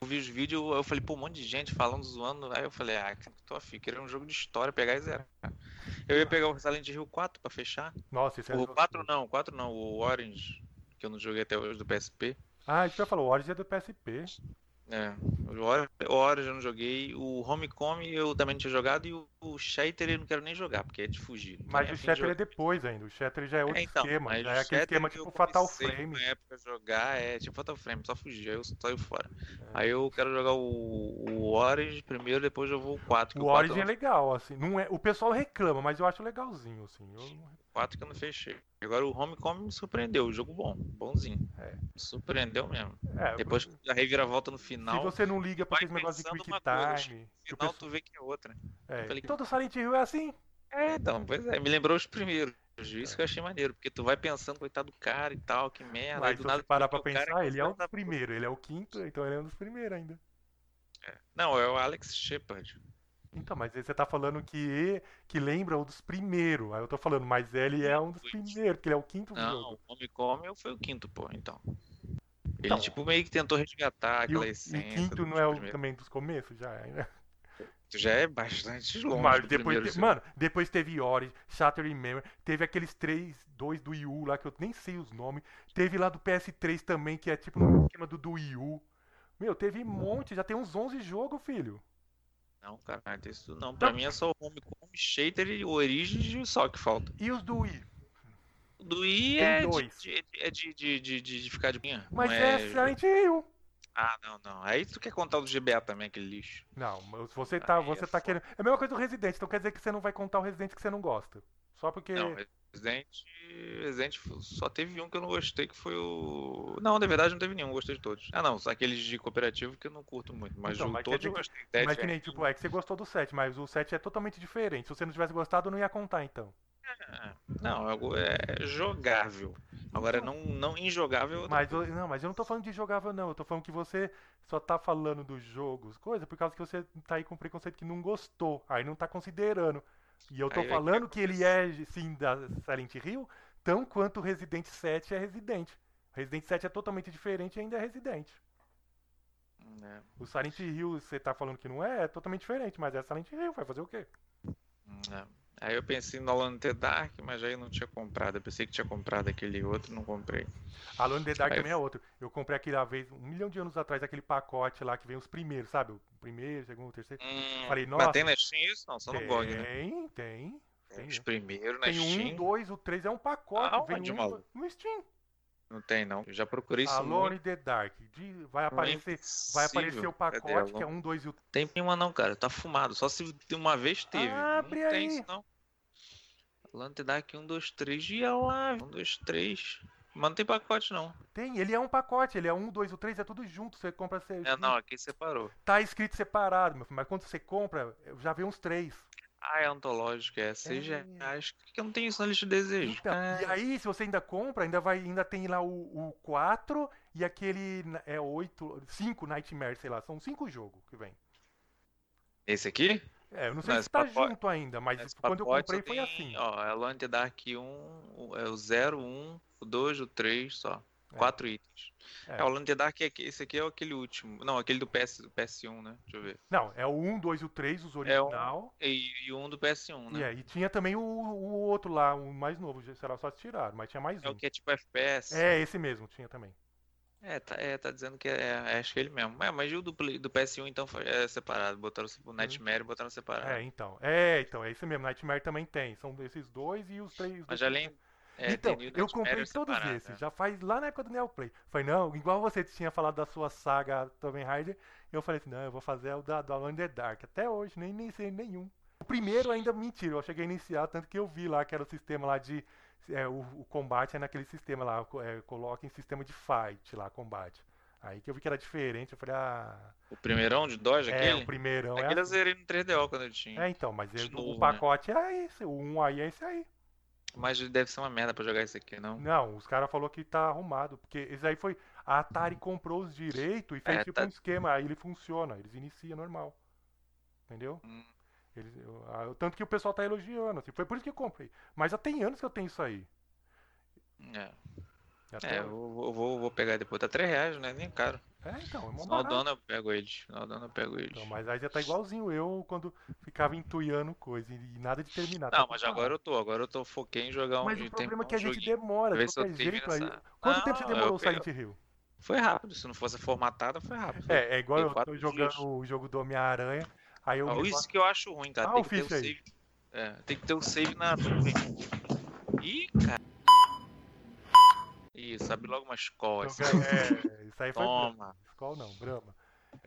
[SPEAKER 3] Eu vi os vídeos, eu falei, pô, um monte de gente falando, zoando. Aí eu falei, ah, que tô afim, queria um jogo de história, pegar e zerar. Eu ia pegar o Silent Hill 4 pra fechar.
[SPEAKER 2] Nossa, esse é
[SPEAKER 3] O 4 não, o 4 não, o Orange, que eu não joguei até hoje do PSP.
[SPEAKER 2] Ah, isso que eu falo, o Origin é do PSP.
[SPEAKER 3] É, o Or- o Orange eu não joguei. O Homecoming eu também não tinha jogado. E o- o Shatter eu não quero nem jogar, porque é de fugir. Não
[SPEAKER 2] Mas
[SPEAKER 3] tem
[SPEAKER 2] o
[SPEAKER 3] afim de
[SPEAKER 2] Shatter
[SPEAKER 3] jogar.
[SPEAKER 2] é depois ainda. O Shatter já é outro
[SPEAKER 3] É, então,
[SPEAKER 2] esquema.
[SPEAKER 3] mas
[SPEAKER 2] Já é
[SPEAKER 3] o
[SPEAKER 2] aquele esquema
[SPEAKER 3] Shatter
[SPEAKER 2] tipo
[SPEAKER 3] eu
[SPEAKER 2] Fatal
[SPEAKER 3] comecei
[SPEAKER 2] Frame.
[SPEAKER 3] Na época jogar é tipo Fatal Frame, só fugir, aí eu saio fora.
[SPEAKER 2] É.
[SPEAKER 3] Aí eu quero jogar o, o Origin primeiro, depois eu vou o 4. que
[SPEAKER 2] O
[SPEAKER 3] o 4
[SPEAKER 2] Origin é
[SPEAKER 3] eu não-
[SPEAKER 2] legal, assim. Não é... O pessoal reclama, mas eu acho legalzinho, assim. Eu não-
[SPEAKER 3] o 4 que eu não fechei. Agora o Homecoming me surpreendeu, o jogo bom, bonzinho.
[SPEAKER 2] É.
[SPEAKER 3] Me Surpreendeu mesmo.
[SPEAKER 2] É,
[SPEAKER 3] Depois a reviravolta no
[SPEAKER 2] se
[SPEAKER 3] final,
[SPEAKER 2] você não liga pra
[SPEAKER 3] vai
[SPEAKER 2] aquele negócio de
[SPEAKER 3] pensando
[SPEAKER 2] quick
[SPEAKER 3] uma coisa,
[SPEAKER 2] time.
[SPEAKER 3] no
[SPEAKER 2] que o
[SPEAKER 3] final
[SPEAKER 2] pessoal-
[SPEAKER 3] tu vê que é outra.
[SPEAKER 2] é.
[SPEAKER 3] falei-
[SPEAKER 2] Todo Silent Hill é assim.
[SPEAKER 3] É, então, pois é, me lembrou os primeiros. Isso que eu achei maneiro, porque tu vai pensando, coitado do cara e tal, que merda. aí
[SPEAKER 2] mas
[SPEAKER 3] É, do
[SPEAKER 2] se você
[SPEAKER 3] nada tu
[SPEAKER 2] parar
[SPEAKER 3] vê
[SPEAKER 2] pra
[SPEAKER 3] que o cara
[SPEAKER 2] pensar, ele é o
[SPEAKER 3] conserta-
[SPEAKER 2] primeiro. Ele é o quinto, então ele é um dos primeiros ainda.
[SPEAKER 3] Não, é o Alex Shepard.
[SPEAKER 2] Então, mas aí você tá falando que, que lembra o dos primeiros. Aí eu tô falando, mas ele é um dos primeiros, porque ele é o quinto jogo.
[SPEAKER 3] Não, o Homecoming foi o quinto, pô, então. Ele,
[SPEAKER 2] Então.
[SPEAKER 3] tipo, meio que tentou
[SPEAKER 2] E,
[SPEAKER 3] resgatar
[SPEAKER 2] o,
[SPEAKER 3] aquela
[SPEAKER 2] e
[SPEAKER 3] essência.
[SPEAKER 2] quinto
[SPEAKER 3] do
[SPEAKER 2] não é o,
[SPEAKER 3] primeiro.
[SPEAKER 2] também dos começos já, é, né?
[SPEAKER 3] Já é bastante longe.
[SPEAKER 2] Mas
[SPEAKER 3] do
[SPEAKER 2] depois,
[SPEAKER 3] primeiro,
[SPEAKER 2] te-
[SPEAKER 3] assim.
[SPEAKER 2] mano, depois teve Ori, Shattered Memory, teve aqueles três, dois do Wii U lá que eu nem sei os nomes. Teve lá do PS3 também, que é tipo no esquema do do Wii U. Meu, teve
[SPEAKER 3] Uhum.
[SPEAKER 2] um monte, já tem uns 11 jogos, filho.
[SPEAKER 3] Não, cara, não tem isso não. Pra mim é só o Homecoming, Shader e Origins e só que falta.
[SPEAKER 2] E os do Wii?
[SPEAKER 3] do I
[SPEAKER 2] Tem
[SPEAKER 3] é de,
[SPEAKER 2] dois.
[SPEAKER 3] de- é de, de, de, de- de ficar de minha.
[SPEAKER 2] Mas
[SPEAKER 3] não
[SPEAKER 2] é, Silent Hill.
[SPEAKER 3] Ah, não, não. Aí tu quer contar o do GBA também, aquele lixo.
[SPEAKER 2] Não, mas você tá,
[SPEAKER 3] Aí
[SPEAKER 2] você
[SPEAKER 3] é
[SPEAKER 2] tá
[SPEAKER 3] foda.
[SPEAKER 2] querendo. É a mesma coisa do Resident, então quer dizer que você não vai contar o Resident que você não gosta. Só porque.
[SPEAKER 3] Não, Resident, Resident só teve um que eu não gostei, que foi o. Não, na verdade não teve nenhum, gostei de todos. Ah, não, só aqueles de cooperativo que eu não curto muito, mas
[SPEAKER 2] Então,
[SPEAKER 3] o
[SPEAKER 2] mas quer
[SPEAKER 3] todos
[SPEAKER 2] dizer
[SPEAKER 3] eu
[SPEAKER 2] que-
[SPEAKER 3] gostei. Dead
[SPEAKER 2] mas que nem,
[SPEAKER 3] Rising,
[SPEAKER 2] tipo, é que você gostou do 7, mas o 7 é totalmente diferente. Se você não tivesse gostado, eu não ia contar, então.
[SPEAKER 3] ah, Não, é go- é jogável. Agora, não, não injogável.
[SPEAKER 2] Então. Mas eu, não, mas eu não tô falando de jogável, não. Eu tô falando que você só tá falando dos jogos, coisa, por causa que você tá aí com preconceito que não gostou. Aí não tá considerando. E eu tô
[SPEAKER 3] Aí é que
[SPEAKER 2] falando que ele é, sim, da Silent Hill, tão quanto Resident 7 é Resident. Resident 7 é totalmente diferente e ainda é Resident.
[SPEAKER 3] né?
[SPEAKER 2] O Silent Hill, você tá falando que não é, é totalmente diferente, mas é Silent Hill, vai fazer o quê?
[SPEAKER 3] É. Aí eu pensei no Alan The Dark, mas aí eu não tinha comprado. Eu pensei que tinha comprado aquele outro, não comprei.
[SPEAKER 2] Alone in the Dark
[SPEAKER 3] Aí-
[SPEAKER 2] também é outro. Eu comprei aquela vez, um milhão de anos atrás, aquele pacote lá que vem os primeiros, sabe? O primeiro, segundo, terceiro.
[SPEAKER 3] Hum,
[SPEAKER 2] Falei, nossa.
[SPEAKER 3] mas tem na Steam isso? Não, só no GOG, né?
[SPEAKER 2] Tem, tem. Tem,
[SPEAKER 3] Os primeiros na
[SPEAKER 2] tem um,
[SPEAKER 3] é Steam. Ah,
[SPEAKER 2] dois, o três é um pacote.
[SPEAKER 3] Aonde,
[SPEAKER 2] vem um,
[SPEAKER 3] maluco?
[SPEAKER 2] no Steam.
[SPEAKER 3] Não tem, não. Eu já procurei um, isso. é
[SPEAKER 2] Alone in the Dark. De- vai aparecer. Vai aparecer o pacote, que é um, dois e o.
[SPEAKER 3] Tem nenhuma não, cara. Tá fumado. Só se de uma vez teve.
[SPEAKER 2] Ah, Abre
[SPEAKER 3] não
[SPEAKER 2] aí.
[SPEAKER 3] tem isso, não. Alan The Dark 1, 2, 3 um, e é ia lá. 1, 2, 3. Mas não tem pacote, não.
[SPEAKER 2] Tem, ele é um pacote, ele é um, dois, o três, é tudo junto. Você compra. Você...
[SPEAKER 3] É, não, aqui separou.
[SPEAKER 2] Tá escrito separado, meu filho, mas quando você compra, já vem uns três.
[SPEAKER 3] Ah, é antológico, é. Seja. Acho que eu não tenho isso na lista de desejos.
[SPEAKER 2] Então,
[SPEAKER 3] Ah,
[SPEAKER 2] e aí, se você ainda compra, ainda vai, ainda tem lá o, o 4 e aquele é 8, 5 Nightmare, sei lá, são cinco jogos que vem.
[SPEAKER 3] Esse aqui?
[SPEAKER 2] É, eu não sei
[SPEAKER 3] Mas
[SPEAKER 2] se tá
[SPEAKER 3] pacote-
[SPEAKER 2] junto ainda, mas
[SPEAKER 3] Esse
[SPEAKER 2] quando eu
[SPEAKER 3] pacote
[SPEAKER 2] comprei
[SPEAKER 3] só
[SPEAKER 2] foi
[SPEAKER 3] tem,
[SPEAKER 2] assim.
[SPEAKER 3] Ó, é Alone in the Dark 1, o- é o 0, 1, o 2, o 3, só.
[SPEAKER 2] É.
[SPEAKER 3] Quatro itens.
[SPEAKER 2] É.
[SPEAKER 3] É, o Alone in the Dark, é, que- esse aqui é aquele último. Não, aquele do, PS, do PS1, né? Deixa eu ver.
[SPEAKER 2] Não, é o 1, 2 e o 3, os
[SPEAKER 3] É um,
[SPEAKER 2] original.
[SPEAKER 3] E, e um do PS1,
[SPEAKER 2] E
[SPEAKER 3] né?
[SPEAKER 2] aí tinha também o, o outro lá, o mais novo, será só se tiraram, mas tinha mais
[SPEAKER 3] É o
[SPEAKER 2] um.
[SPEAKER 3] que é tipo FPS.
[SPEAKER 2] É, esse mesmo, tinha também.
[SPEAKER 3] É, tá, é, tá dizendo que é, é, acho que é ele mesmo. É, mas e o do, Play- do PS1 então foi- é separado. Botaram o Nightmare e botaram separado.
[SPEAKER 2] Uhum. É, então. É, então, é esse mesmo. Nightmare também tem. São esses dois e os três. os
[SPEAKER 3] mas
[SPEAKER 2] dois-
[SPEAKER 3] além. É,
[SPEAKER 2] então,
[SPEAKER 3] tem New
[SPEAKER 2] eu
[SPEAKER 3] Nightmare
[SPEAKER 2] comprei todos
[SPEAKER 3] separado,
[SPEAKER 2] esses.
[SPEAKER 3] né?
[SPEAKER 2] Já faz lá na época do Neo Play. Falei, não, igual você tinha falado da sua saga Tomb Raider, eu falei assim, não, eu vou fazer o da, da Alone in the Dark. Até hoje, nem, nem sei nenhum. O primeiro ainda, mentira, eu cheguei a iniciar, tanto que eu vi lá que era o sistema lá de... é, o, o combate é naquele sistema lá, co- é, coloca em sistema de fight lá, combate. Aí que eu vi que era diferente, eu falei, ah...
[SPEAKER 3] O primeirão de Dodge,
[SPEAKER 2] é,
[SPEAKER 3] aquele?
[SPEAKER 2] o primeirão é
[SPEAKER 3] Aquele eu
[SPEAKER 2] assim.
[SPEAKER 3] zerei no 3DO quando eu tinha.
[SPEAKER 2] É, então, mas
[SPEAKER 3] de
[SPEAKER 2] ele- o
[SPEAKER 3] novo, né?
[SPEAKER 2] pacote é esse, o 1 aí é esse aí.
[SPEAKER 3] Mas deve ser uma merda pra jogar isso aqui, não?
[SPEAKER 2] Não, os caras falaram que tá arrumado, porque esse aí foi. A Atari comprou os direitos e fez
[SPEAKER 3] É,
[SPEAKER 2] tipo
[SPEAKER 3] tá-
[SPEAKER 2] um esquema, aí ele funciona, eles iniciam normal. Entendeu?
[SPEAKER 3] Hum.
[SPEAKER 2] Eles- eu- ah, eu- tanto que o pessoal tá elogiando, assim, foi por isso que eu comprei. Mas já tem anos que eu tenho isso aí.
[SPEAKER 3] É,
[SPEAKER 2] Até-
[SPEAKER 3] é eu vou, eu vou, eu vou pegar depois. Tá 3 reais, né? Nem caro.
[SPEAKER 2] É, então, é mó
[SPEAKER 3] Final do
[SPEAKER 2] barato.
[SPEAKER 3] ano eu pego eles. Final do ano eu pego eles.
[SPEAKER 2] Então, mas aí já tá igualzinho eu quando ficava entuiando coisa e, e nada de terminar. tá
[SPEAKER 3] Não, mas
[SPEAKER 2] tudo
[SPEAKER 3] agora eu tô. Agora eu tô foquei em
[SPEAKER 2] parado.
[SPEAKER 3] jogar um
[SPEAKER 2] Mas
[SPEAKER 3] de
[SPEAKER 2] o problema é
[SPEAKER 3] tempão,
[SPEAKER 2] que a
[SPEAKER 3] um
[SPEAKER 2] gente
[SPEAKER 3] joguinho.
[SPEAKER 2] demora, de
[SPEAKER 3] Vê se eu
[SPEAKER 2] qualquer jeito
[SPEAKER 3] termino
[SPEAKER 2] aí.
[SPEAKER 3] essa-
[SPEAKER 2] Quanto tempo você
[SPEAKER 3] Não,
[SPEAKER 2] demorou
[SPEAKER 3] eu
[SPEAKER 2] o Silent Hill?
[SPEAKER 3] Foi rápido. Se não fosse formatada, foi rápido.
[SPEAKER 2] É, é igual
[SPEAKER 3] Tem
[SPEAKER 2] eu tô
[SPEAKER 3] quatro
[SPEAKER 2] jogando
[SPEAKER 3] dias.
[SPEAKER 2] o jogo do Homem-Aranha. Aí eu
[SPEAKER 3] Ah,
[SPEAKER 2] me-
[SPEAKER 3] isso que eu acho ruim, cara.
[SPEAKER 2] Ah,
[SPEAKER 3] tem
[SPEAKER 2] o
[SPEAKER 3] que ter o
[SPEAKER 2] FIFA aí.
[SPEAKER 3] save. É, tem que ter o save na nuvem. Ih, cara. Isso, sabe logo uma escola. Assim.
[SPEAKER 2] É,
[SPEAKER 3] [laughs]
[SPEAKER 2] isso aí foi Brahma.
[SPEAKER 3] Toma.
[SPEAKER 2] Skol não, Brahma.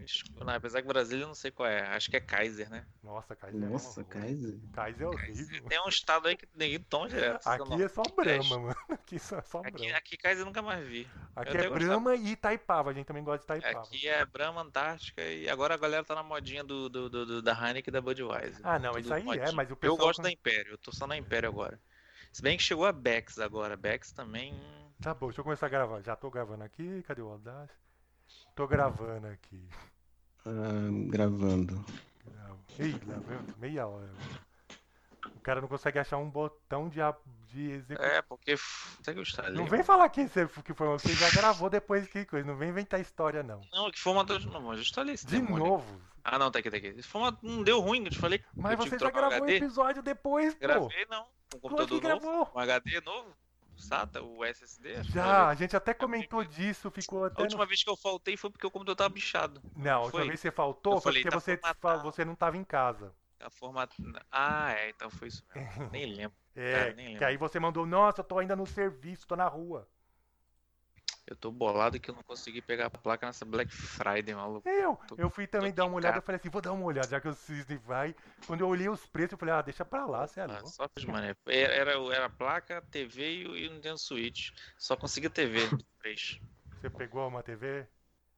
[SPEAKER 3] Escola- Não, apesar que Brasília eu não sei qual é. Acho que é Kaiser, né?
[SPEAKER 2] Nossa, Kaiser. é
[SPEAKER 4] Nossa,
[SPEAKER 2] horror.
[SPEAKER 4] Kaiser.
[SPEAKER 2] Kaiser é horrível.
[SPEAKER 3] Tem um estado aí que ninguém toma direto. esse
[SPEAKER 2] Aqui é só Brahma,
[SPEAKER 3] Teste.
[SPEAKER 2] mano. [laughs] Aqui só, só
[SPEAKER 3] Aqui,
[SPEAKER 2] Brahma.
[SPEAKER 3] aqui Kaiser eu nunca mais vi.
[SPEAKER 2] Aqui
[SPEAKER 3] eu
[SPEAKER 2] é
[SPEAKER 3] até gostava.
[SPEAKER 2] Brahma e Itaipava. A gente também gosta de Itaipava.
[SPEAKER 3] Aqui é Brahma, Antártica e agora a galera tá na modinha do, do, do- do- da Heineken e da Budweiser.
[SPEAKER 2] Ah, não,
[SPEAKER 3] Tudo
[SPEAKER 2] isso aí
[SPEAKER 3] modinha.
[SPEAKER 2] é, mas o
[SPEAKER 3] Eu
[SPEAKER 2] pessoal
[SPEAKER 3] gosto
[SPEAKER 2] com-
[SPEAKER 3] da Império, eu tô só na Império agora. Se bem que chegou a Bex agora. Bex também. hum,
[SPEAKER 2] Tá bom, deixa eu começar a gravar. Já tô gravando aqui. Cadê o Audacity? Tô gravando aqui.
[SPEAKER 4] Ah, gravando.
[SPEAKER 2] Gravo. Ih, lá, viu? meia hora. O cara não consegue achar um botão de, a- de execução.
[SPEAKER 3] É, porque. f- Será que eu instalei?
[SPEAKER 2] Não vem falar que você que foi você já gravou depois que coisa, não vem inventar história não.
[SPEAKER 3] Não, é que formatou de novo. Eu já instalei esse
[SPEAKER 2] De
[SPEAKER 3] demônio.
[SPEAKER 2] novo.
[SPEAKER 3] Ah, não, tá aqui, tá aqui. Esse formato não deu ruim, eu te falei. que
[SPEAKER 2] Mas
[SPEAKER 3] eu tive
[SPEAKER 2] você
[SPEAKER 3] que
[SPEAKER 2] já
[SPEAKER 3] trocar o
[SPEAKER 2] gravou o
[SPEAKER 3] HD.
[SPEAKER 2] episódio depois, pô.
[SPEAKER 3] Gravei, não. Um
[SPEAKER 2] Claro
[SPEAKER 3] computador
[SPEAKER 2] que
[SPEAKER 3] novo.
[SPEAKER 2] gravou.
[SPEAKER 3] Um HD novo. SATA, o SSD. acho que
[SPEAKER 2] Já,
[SPEAKER 3] gravei.
[SPEAKER 2] a gente até comentou disso, ficou
[SPEAKER 3] um A
[SPEAKER 2] até.
[SPEAKER 3] é última vez que eu faltei foi porque o computador tava bichado.
[SPEAKER 2] No... Não, a última
[SPEAKER 3] foi.
[SPEAKER 2] vez que você faltou
[SPEAKER 3] Eu
[SPEAKER 2] foi
[SPEAKER 3] falei,
[SPEAKER 2] porque
[SPEAKER 3] tá
[SPEAKER 2] você,
[SPEAKER 3] formatado.
[SPEAKER 2] fa- você não tava em casa.
[SPEAKER 3] A forma... Ah, é, então foi isso
[SPEAKER 2] [laughs]
[SPEAKER 3] mesmo. Nem lembro.
[SPEAKER 2] É,
[SPEAKER 3] Ah, nem
[SPEAKER 2] que
[SPEAKER 3] lembro.
[SPEAKER 2] aí você mandou, nossa, eu tô ainda no serviço, tô na rua.
[SPEAKER 3] Eu tô bolado que eu não consegui pegar a placa nessa Black Friday, maluco.
[SPEAKER 2] Eu,
[SPEAKER 3] Tô-
[SPEAKER 2] eu fui também dar uma olhada,
[SPEAKER 3] cara.
[SPEAKER 2] eu falei assim, vou dar uma olhada, já que o Cisne vai. Quando eu olhei os preços, eu falei, ah, deixa pra lá, você é
[SPEAKER 3] Ah,
[SPEAKER 2] louco.
[SPEAKER 3] só fiz mané. Era, era, era a placa, TV e o e o Nintendo Switch. Só consegui TV dos [laughs] três.
[SPEAKER 2] Você pegou uma TV?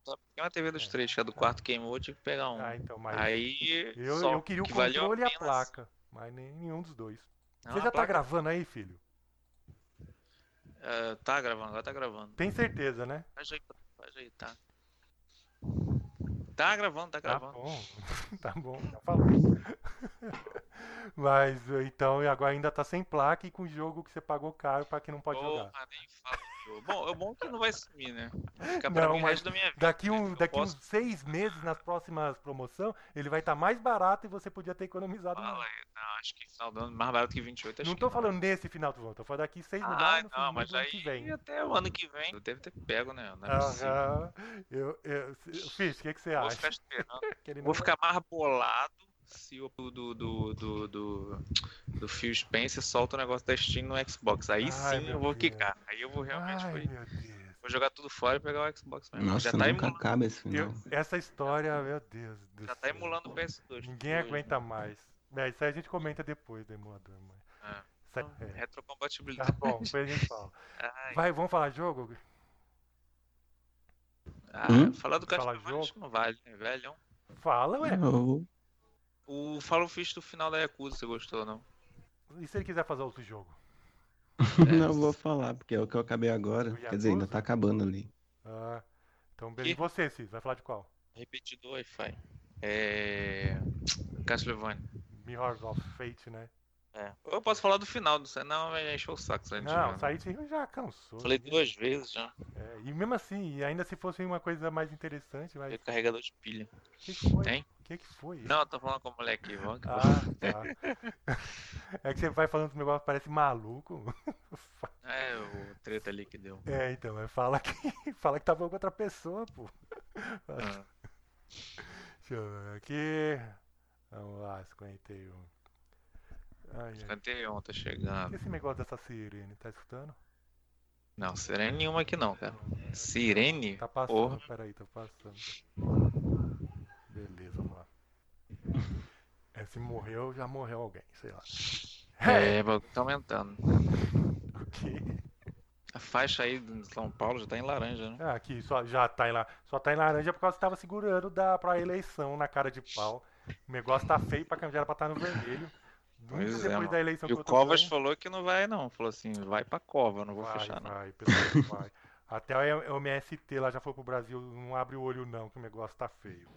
[SPEAKER 3] Só peguei uma TV dos
[SPEAKER 2] É.
[SPEAKER 3] três, que a do quarto queimou, eu tive que pegar um.
[SPEAKER 2] Ah, então, mas
[SPEAKER 3] Aí.
[SPEAKER 2] eu,
[SPEAKER 3] só
[SPEAKER 2] eu queria o
[SPEAKER 3] que valeu
[SPEAKER 2] controle e a
[SPEAKER 3] pena- assim.
[SPEAKER 2] placa, mas nem, nenhum dos dois.
[SPEAKER 3] Não,
[SPEAKER 2] você
[SPEAKER 3] a
[SPEAKER 2] já tá
[SPEAKER 3] placa-
[SPEAKER 2] gravando aí, filho?
[SPEAKER 3] Ah, tá gravando, agora tá gravando.
[SPEAKER 2] Tem certeza, né?
[SPEAKER 3] Faz aí, faz aí, tá. Tá gravando, tá
[SPEAKER 2] Tá
[SPEAKER 3] gravando.
[SPEAKER 2] bom,
[SPEAKER 3] [laughs]
[SPEAKER 2] tá bom, já falou. [laughs] Mas então, e agora ainda tá sem placa e com jogo que você pagou caro pra quem não pode
[SPEAKER 3] Ô,
[SPEAKER 2] jogar.
[SPEAKER 3] mas nem fala do jogo. Bom, é bom que não vai sumir, né? Vai Ficar
[SPEAKER 2] Não,
[SPEAKER 3] pra mim o
[SPEAKER 2] mas
[SPEAKER 3] resto da minha vida.
[SPEAKER 2] Daqui, um,
[SPEAKER 3] Eu
[SPEAKER 2] daqui
[SPEAKER 3] posso-
[SPEAKER 2] uns seis meses, nas próximas promoções, ele vai estar mais barato e você podia ter economizado. mais.
[SPEAKER 3] Fala aí. Não, acho que final do ano mais barato que 28. Acho
[SPEAKER 2] não
[SPEAKER 3] que
[SPEAKER 2] tô falando nesse final do ano, tô falando daqui seis meses, lá
[SPEAKER 3] Ah,
[SPEAKER 2] no final
[SPEAKER 3] não,
[SPEAKER 2] do
[SPEAKER 3] mas
[SPEAKER 2] ano
[SPEAKER 3] aí
[SPEAKER 2] que vem.
[SPEAKER 3] até o ano que vem. Eu deve ter pego, né? Não é possível.
[SPEAKER 2] Aham. Eu, eu, Fiz, o que, que você
[SPEAKER 3] Vou
[SPEAKER 2] acha?
[SPEAKER 3] ficar esperando.
[SPEAKER 2] Que ele não
[SPEAKER 3] Vou
[SPEAKER 2] vai-
[SPEAKER 3] ficar mais bolado se o do, do, do, do, do, do Phil Spencer solta o negócio da Steam no Xbox. Aí
[SPEAKER 2] Ai,
[SPEAKER 3] sim
[SPEAKER 2] meu
[SPEAKER 3] eu vou
[SPEAKER 2] Deus.
[SPEAKER 3] quicar. Aí eu vou realmente
[SPEAKER 2] Ai,
[SPEAKER 3] foi-
[SPEAKER 2] meu Deus.
[SPEAKER 3] vou jogar tudo fora e pegar o Xbox mesmo.
[SPEAKER 5] Nossa,
[SPEAKER 3] já tá,
[SPEAKER 5] nunca
[SPEAKER 3] emulando,
[SPEAKER 5] acaba esse final.
[SPEAKER 2] Eu- essa história, meu Deus do
[SPEAKER 3] já tá
[SPEAKER 2] céu.
[SPEAKER 3] emulando o PS2.
[SPEAKER 2] Ninguém aguenta mais. É, isso aí a gente comenta depois do emulador, mãe.
[SPEAKER 3] É.
[SPEAKER 2] Isso aí- é. Tá [laughs]
[SPEAKER 3] Retrocompatibilidade.
[SPEAKER 2] bom, depois a gente fala.
[SPEAKER 3] [laughs] Ai,
[SPEAKER 2] Vai, vamos falar jogo?
[SPEAKER 3] ah,
[SPEAKER 5] Hum?
[SPEAKER 3] Falar do
[SPEAKER 2] Falar
[SPEAKER 3] Castlevania acho que não vale, né, velho?
[SPEAKER 2] Fala, ué.
[SPEAKER 5] [laughs] Eu-
[SPEAKER 3] O Follow Fist do final da Yakuza, você gostou ou não?
[SPEAKER 2] E se ele quiser fazer outro jogo?
[SPEAKER 5] [laughs]
[SPEAKER 3] É.
[SPEAKER 5] Não vou falar, porque é o que eu acabei agora.
[SPEAKER 2] Do
[SPEAKER 5] Quer dizer, ainda
[SPEAKER 2] Yakuza?
[SPEAKER 5] tá acabando ali.
[SPEAKER 2] Ah, então, beleza. E
[SPEAKER 3] Que?
[SPEAKER 2] você, Cis? Vai falar de qual?
[SPEAKER 3] Repetidor Wi-Fi. É. Castlevania.
[SPEAKER 2] Mirrors of Fate, né?
[SPEAKER 3] É. Eu posso falar do final do Não, mas já encheu o saco. se a gente
[SPEAKER 2] Não,
[SPEAKER 3] já-
[SPEAKER 2] isso aí eu já cansou.
[SPEAKER 3] Falei duas vezes já.
[SPEAKER 2] É, e mesmo assim, e ainda se fosse uma coisa mais interessante, mas.
[SPEAKER 3] Foi
[SPEAKER 2] O
[SPEAKER 3] carregador de pilha.
[SPEAKER 2] que, que foi?
[SPEAKER 3] Tem?
[SPEAKER 2] O que, que foi?
[SPEAKER 3] Não, eu tô falando com a mulher aqui, vamos. que-
[SPEAKER 2] Ah, tá. [laughs] é que você vai falando um negócio que parece maluco. [laughs]
[SPEAKER 3] É, o treta ali que deu.
[SPEAKER 2] É, então, mas fala que, [laughs] fala que tá falando com outra pessoa, pô. Tá.
[SPEAKER 3] Ah.
[SPEAKER 2] Deixa eu ver aqui. Vamos lá, 51. Ai, ai.
[SPEAKER 3] Cantei ontem
[SPEAKER 2] O que
[SPEAKER 3] chegando.
[SPEAKER 2] esse negócio dessa sirene? Tá escutando?
[SPEAKER 3] Não, sirene nenhuma aqui não, cara. Sirene?
[SPEAKER 2] Tá passando,
[SPEAKER 3] Porra.
[SPEAKER 2] peraí, tá passando. Beleza, vamos lá. É, se morreu, já morreu alguém, sei lá.
[SPEAKER 3] É, o bagulho tá aumentando.
[SPEAKER 2] [laughs] Ok.
[SPEAKER 3] A faixa aí de São Paulo já tá em laranja, né?
[SPEAKER 2] Ah, aqui só, já tá em lá. Só tá em laranja por causa que tava segurando da, pra eleição na cara de pau. O negócio tá feio pra candidata pra estar no vermelho. Muito
[SPEAKER 3] Pois é,
[SPEAKER 2] depois
[SPEAKER 3] mano.
[SPEAKER 2] da eleição
[SPEAKER 3] E
[SPEAKER 2] que
[SPEAKER 3] o
[SPEAKER 2] eu tô
[SPEAKER 3] Covas
[SPEAKER 2] ganho.
[SPEAKER 3] falou que não vai não. Falou assim, vai pra cova, não vou
[SPEAKER 2] Vai,
[SPEAKER 3] fechar não.
[SPEAKER 2] vai,
[SPEAKER 3] [laughs]
[SPEAKER 2] pessoal, vai. Até o MST lá já foi pro Brasil, não abre o olho não, que o negócio tá feio.